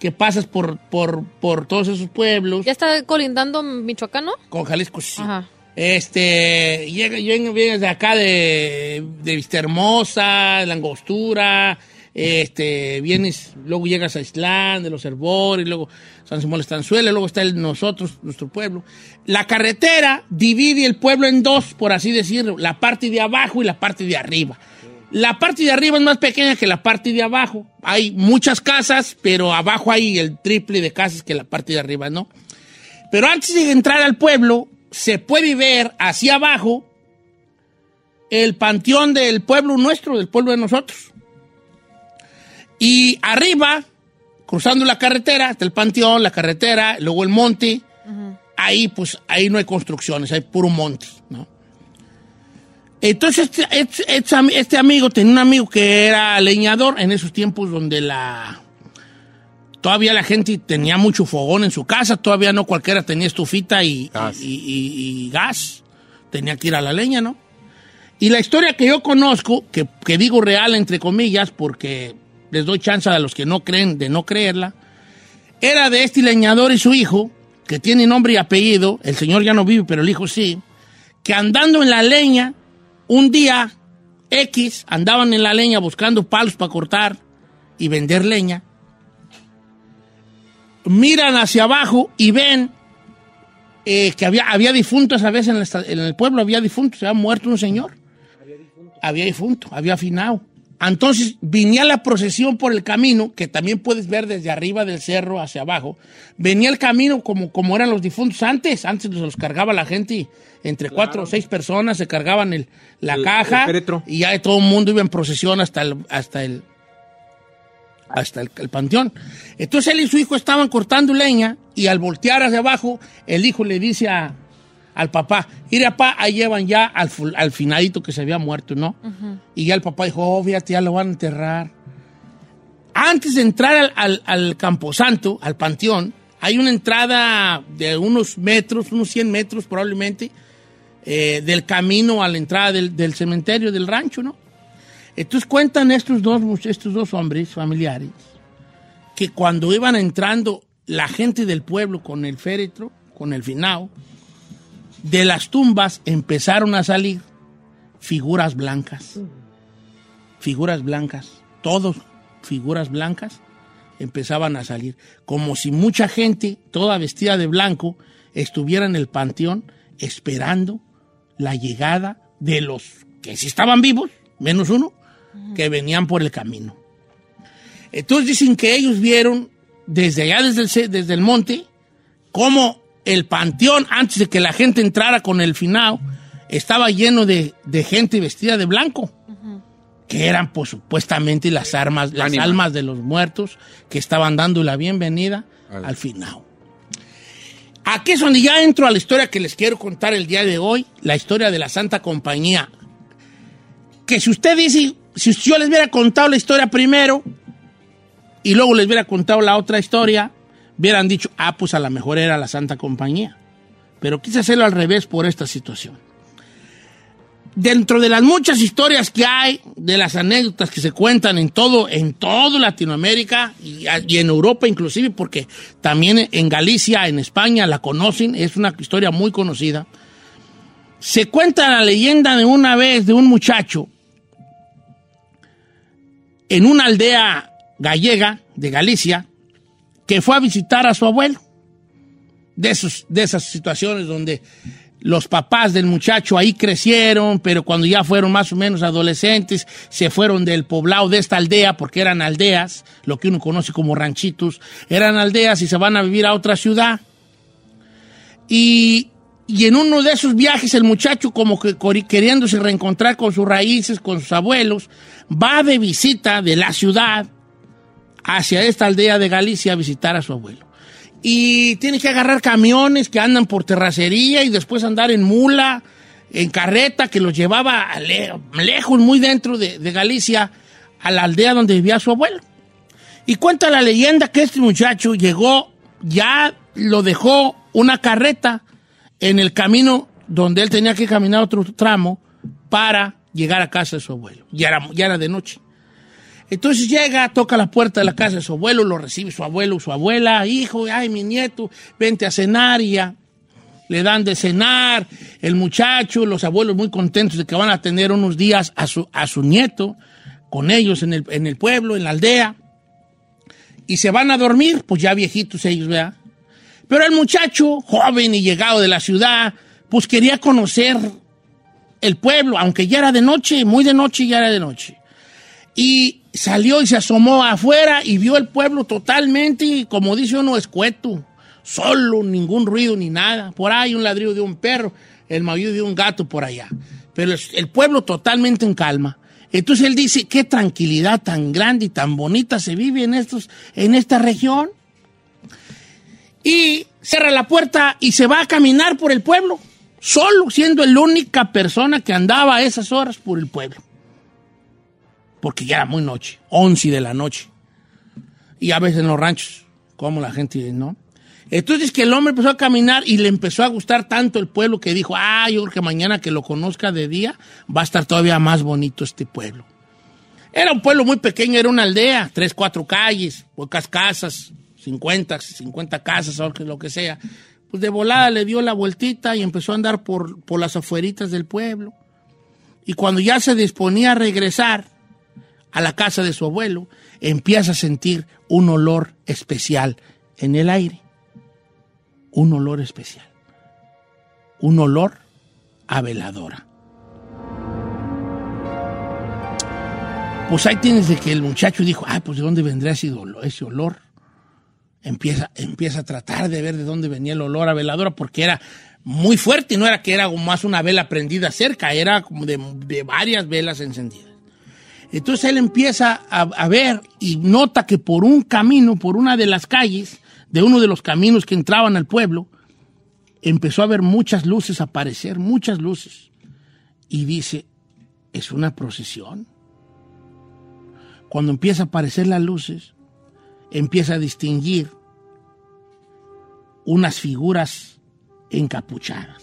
[SPEAKER 2] que pasas por, por, por todos esos pueblos,
[SPEAKER 4] ¿Ya está colindando Michoacán, no?
[SPEAKER 2] con Jalisco, sí.
[SPEAKER 4] Ajá.
[SPEAKER 2] Este, llega, llega- vienes de acá de, de Vista Hermosa, de Langostura, este, vienes, luego llegas a Islán, de los Herbores, luego San Simón de Estanzuela, luego está el nosotros, nuestro pueblo. La carretera divide el pueblo en dos, por así decirlo, la parte de abajo y la parte de arriba. La parte de arriba es más pequeña que la parte de abajo. Hay muchas casas, pero abajo hay el triple de casas que la parte de arriba, ¿no? Pero antes de entrar al pueblo, se puede ver hacia abajo el panteón del pueblo nuestro, del pueblo de nosotros. Y arriba, cruzando la carretera, está el panteón, la carretera, luego el monte. Ahí, pues, ahí no hay construcciones, hay puro monte, ¿no? Entonces, este, este- este ami- este amigo tenía un amigo que era leñador en esos tiempos donde la todavía la gente tenía mucho fogón en su casa, todavía no cualquiera tenía estufita y,
[SPEAKER 5] Gas.
[SPEAKER 2] y- y- y gas. Tenía que ir a la leña, ¿no? Y la historia que yo conozco, que, que digo real entre comillas, porque les doy chance a los que no creen de no creerla, era de este leñador y su hijo, que tiene nombre y apellido, el señor ya no vive, pero el hijo sí, que andando en la leña, un día X andaban en la leña buscando palos para cortar y vender leña, miran hacia abajo y ven eh, que había, había difuntos a veces en, la esta- en el pueblo, había difuntos, se había muerto un señor. Había difunto, había afinado. Entonces venía la procesión por el camino, que también puedes ver desde arriba del cerro hacia abajo. Venía el camino como, como eran los difuntos antes. Antes se los cargaba la gente, y entre cuatro o seis personas se cargaban el, la
[SPEAKER 3] El- el
[SPEAKER 2] caja.
[SPEAKER 3] féretro.
[SPEAKER 2] y ya todo el mundo iba en procesión hasta el, hasta el, hasta el, el panteón. Entonces él y su hijo estaban cortando leña y al voltear hacia abajo, el hijo le dice a- al papá, ir a pa, ahí llevan ya al, ful- al finadito que se había muerto, ¿no? Y ya el papá dijo, oh, fíjate, ya lo van a enterrar. Antes de entrar al, al, al camposanto, al panteón, hay una entrada de unos metros, unos 100 metros probablemente, eh, del camino a la entrada del, del cementerio del rancho, ¿no? Entonces cuentan estos dos, much- estos dos hombres familiares que cuando iban entrando la gente del pueblo con el féretro, con el finao, de las tumbas empezaron a salir figuras blancas. Figuras blancas. Todos figuras blancas empezaban a salir, como si mucha gente, toda vestida de blanco, estuviera en el panteón esperando la llegada de los que sí estaban vivos, menos uno, que venían por el camino. Entonces dicen que ellos vieron desde allá, desde el, ce- desde el monte, cómo el panteón, antes de que la gente entrara con el finao, estaba lleno de, de gente vestida de blanco, que eran pues, supuestamente las, armas, las
[SPEAKER 5] Ánima.
[SPEAKER 2] almas de los muertos que estaban dando la bienvenida
[SPEAKER 5] Al-
[SPEAKER 2] al finao. Aquí es donde ya entro a la historia que les quiero contar el día de hoy, la historia de la Santa Compañía. Que si usted dice, si yo les hubiera contado la historia primero y luego les hubiera contado la otra historia, hubieran dicho, ah, pues a lo mejor era la Santa Compañía. Pero quise hacerlo al revés por esta situación. Dentro de las muchas historias que hay, de las anécdotas que se cuentan en todo, en todo Latinoamérica y, y en Europa inclusive, porque también en Galicia, en España la conocen, es una historia muy conocida. Se cuenta la leyenda de una vez de un muchacho en una aldea gallega de Galicia que fue a visitar a su abuelo. De, esos, de esas situaciones donde los papás del muchacho ahí crecieron, pero cuando ya fueron más o menos adolescentes, se fueron del poblado de esta aldea, porque eran aldeas, lo que uno conoce como ranchitos, eran aldeas y se van a vivir a otra ciudad. Y, y en uno de esos viajes el muchacho como que cori- queriéndose reencontrar con sus raíces, con sus abuelos, va de visita de la ciudad hacia esta aldea de Galicia a visitar a su abuelo. Y tiene que agarrar camiones que andan por terracería y después andar en mula, en carreta, que los llevaba a le- lejos, muy dentro de, de Galicia, a la aldea donde vivía su abuelo. Y cuenta la leyenda que este muchacho llegó, ya lo dejó una carreta en el camino donde él tenía que caminar otro tramo para llegar a casa de su abuelo. Ya era, ya era de noche. Entonces llega, toca la puerta de la casa de su abuelo, lo recibe su abuelo, su abuela, hijo, ay, mi nieto, vente a cenar y ya. Le dan de cenar, el muchacho, los abuelos muy contentos de que van a tener unos días a su, a su nieto con ellos en el, en el pueblo, en la aldea. Y se van a dormir, pues ya viejitos ellos, ¿verdad? Pero el muchacho, joven y llegado de la ciudad, pues quería conocer el pueblo, aunque ya era de noche, muy de noche, ya era de noche y salió y se asomó afuera y vio el pueblo totalmente, como dice uno, escueto, solo, ningún ruido ni nada. Por ahí un ladrillo de un perro, el maullido de un gato por allá. Pero es- el pueblo totalmente en calma. Entonces él dice, qué tranquilidad tan grande y tan bonita se vive en, estos, en esta región. Y cierra la puerta y se va a caminar por el pueblo, solo, siendo la única persona que andaba a esas horas por el pueblo porque ya era muy noche, 11 de la noche. Y a veces en los ranchos, como la gente, ¿no? Entonces que el hombre empezó a caminar y le empezó a gustar tanto el pueblo que dijo, ah, yo creo que mañana que lo conozca de día va a estar todavía más bonito este pueblo. Era un pueblo muy pequeño, era una aldea, tres, cuatro calles, pocas casas, 50, 50 casas o lo que sea. Pues de volada le dio la vueltita y empezó a andar por, por las afueritas del pueblo. Y cuando ya se disponía a regresar, a la casa de su abuelo, empieza a sentir un olor especial en el aire. Un olor especial. Un olor a veladora. Pues ahí tienes de que el muchacho dijo, ah, pues de dónde vendrá ese, dolo- ese olor. Empieza, empieza a tratar de ver de dónde venía el olor a veladora, porque era muy fuerte, no era que era más una vela prendida cerca, era como de- de varias velas encendidas. Entonces él empieza a, a ver y nota que por un camino, por una de las calles, de uno de los caminos que entraban al pueblo, empezó a ver muchas luces aparecer, muchas luces. Y dice, ¿es una procesión? Cuando empieza a aparecer las luces, empieza a distinguir unas figuras encapuchadas,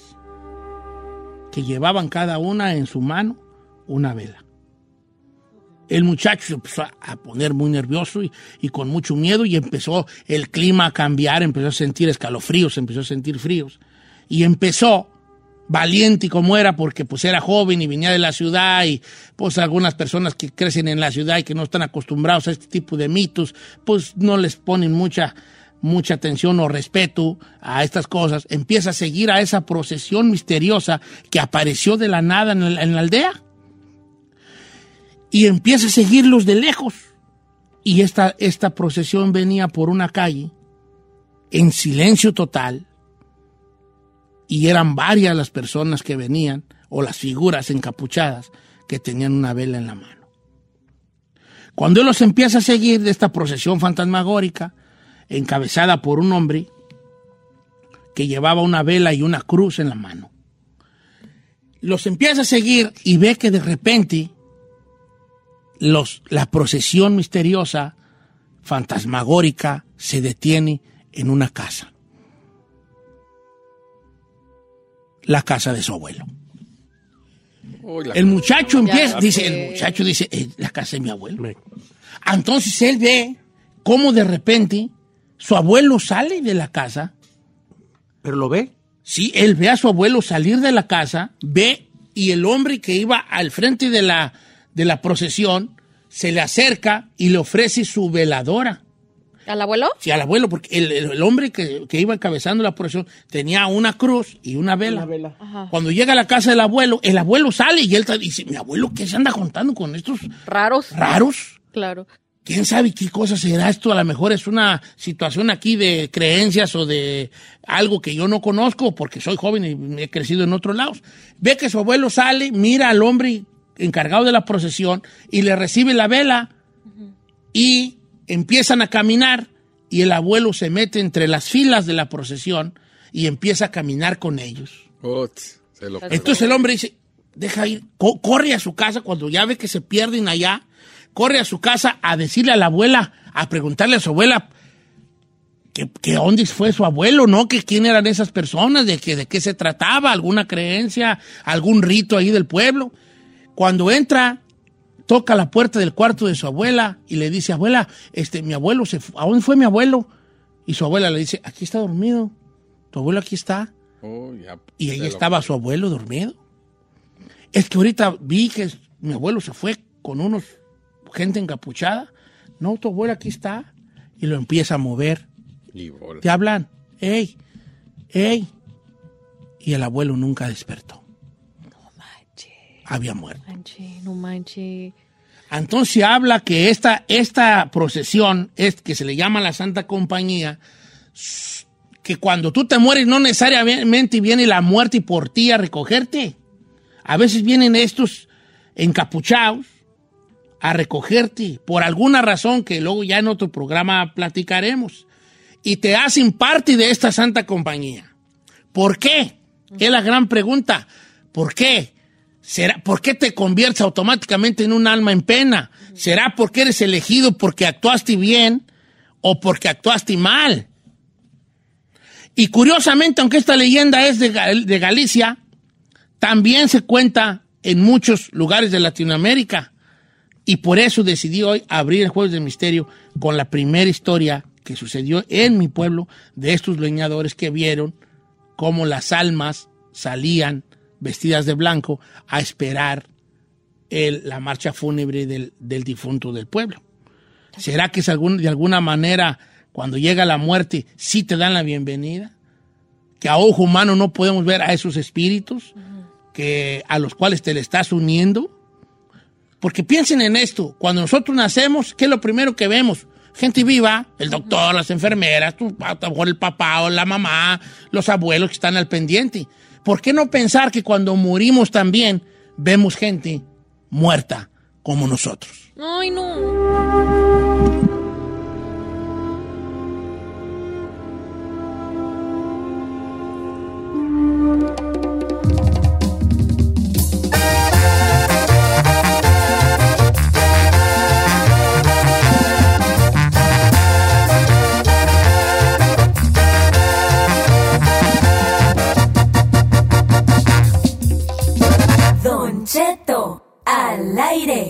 [SPEAKER 2] que llevaban cada una en su mano una vela. El muchacho se empezó a- a poner muy nervioso y, y con mucho miedo y empezó el clima a cambiar, empezó a sentir escalofríos, empezó a sentir fríos y empezó valiente como era, porque pues era joven y venía de la ciudad y pues algunas personas que crecen en la ciudad y que no están acostumbrados a este tipo de mitos, pues no les ponen mucha mucha atención o respeto a estas cosas, empieza a seguir a esa procesión misteriosa que apareció de la nada en la- en la aldea y empieza a seguirlos de lejos. Y esta, esta procesión venía por una calle en silencio total y eran varias las personas que venían o las figuras encapuchadas que tenían una vela en la mano. Cuando él los empieza a seguir de esta procesión fantasmagórica, encabezada por un hombre que llevaba una vela y una cruz en la mano, los empieza a seguir y ve que de repente los, la procesión misteriosa, fantasmagórica, se detiene en una casa. La casa de su abuelo. El muchacho empieza, dice, el muchacho dice, "Eh, la casa de mi abuelo. Entonces él ve cómo de repente su abuelo sale de la casa.
[SPEAKER 3] ¿Pero lo ve?
[SPEAKER 2] Sí, él ve a su abuelo salir de la casa, ve y el hombre que iba al frente de la, de la procesión se le acerca y le ofrece su veladora.
[SPEAKER 4] ¿Al abuelo?
[SPEAKER 2] Sí, al abuelo, porque el, el- el hombre que, que iba encabezando la procesión tenía una cruz y una vela.
[SPEAKER 4] Ajá.
[SPEAKER 2] Cuando llega a la casa del abuelo, el abuelo sale y él tra- dice, mi abuelo, ¿qué se anda contando con estos
[SPEAKER 4] Raros.
[SPEAKER 2] raros?
[SPEAKER 4] Claro.
[SPEAKER 2] ¿Quién sabe qué cosa será esto? A lo mejor es una situación aquí de creencias o de algo que yo no conozco porque soy joven y me he crecido en otros lados. Ve que su abuelo sale, mira al hombre encargado de la procesión y le recibe la vela y empiezan a caminar y el abuelo se mete entre las filas de la procesión y empieza a caminar con ellos.
[SPEAKER 5] Uts, se lo pegó.
[SPEAKER 2] Entonces el hombre dice, deja ir, co- corre a su casa cuando ya ve que se pierden allá, corre a su casa a decirle a la abuela, a preguntarle a su abuela que, que dónde fue su abuelo, ¿no? Que quién eran esas personas, de, que, de qué se trataba, alguna creencia, algún rito ahí del pueblo. Cuando entra, toca la puerta del cuarto de su abuela y le dice, abuela, este, mi abuelo se fu- ¿a dónde fue mi abuelo? Y su abuela le dice, aquí está dormido, tu abuelo aquí está.
[SPEAKER 5] Oh, ya,
[SPEAKER 2] Y
[SPEAKER 5] se
[SPEAKER 2] ahí
[SPEAKER 5] lo-
[SPEAKER 2] estaba su abuelo dormido. Es que ahorita vi que s- mi abuelo se fue con unos gente encapuchada. No, tu abuelo aquí está. Y lo empieza a mover.
[SPEAKER 5] y bola.
[SPEAKER 2] Te hablan. ¡Ey! ¡Ey! Y el abuelo nunca despertó. Había muerto.
[SPEAKER 4] Manche, no manche.
[SPEAKER 2] Entonces habla que esta, esta procesión, es, que se le llama la Santa Compañía, s- que cuando tú te mueres no necesariamente viene la muerte por ti a recogerte. A veces vienen estos encapuchados a recogerte por alguna razón que luego ya en otro programa platicaremos. Y te hacen parte de esta Santa Compañía. ¿Por qué? Es la gran pregunta. ¿Por qué? ¿Será, ¿Por qué te conviertes automáticamente en un alma en pena? ¿Será porque eres elegido porque actuaste bien o porque actuaste mal? Y curiosamente, aunque esta leyenda es de, Gal- de Galicia, también se cuenta en muchos lugares de Latinoamérica. Y por eso decidí hoy abrir el Jueves del Misterio con la primera historia que sucedió en mi pueblo de estos leñadores que vieron cómo las almas salían vestidas de blanco a esperar el- la marcha fúnebre del, del difunto del pueblo. ¿Será que es algún- de alguna manera cuando llega la muerte sí te dan la bienvenida? Que a ojo humano no podemos ver a esos espíritus que, a los cuales te le estás uniendo. Porque piensen en esto, cuando nosotros nacemos, ¿qué es lo primero que vemos? Gente viva, el doctor, las enfermeras, tu, a lo mejor el papá o la mamá, los abuelos que están al pendiente. ¿Por qué no pensar que cuando morimos también vemos gente muerta como nosotros?
[SPEAKER 4] Ay, no.
[SPEAKER 9] Don Cheto, al aire.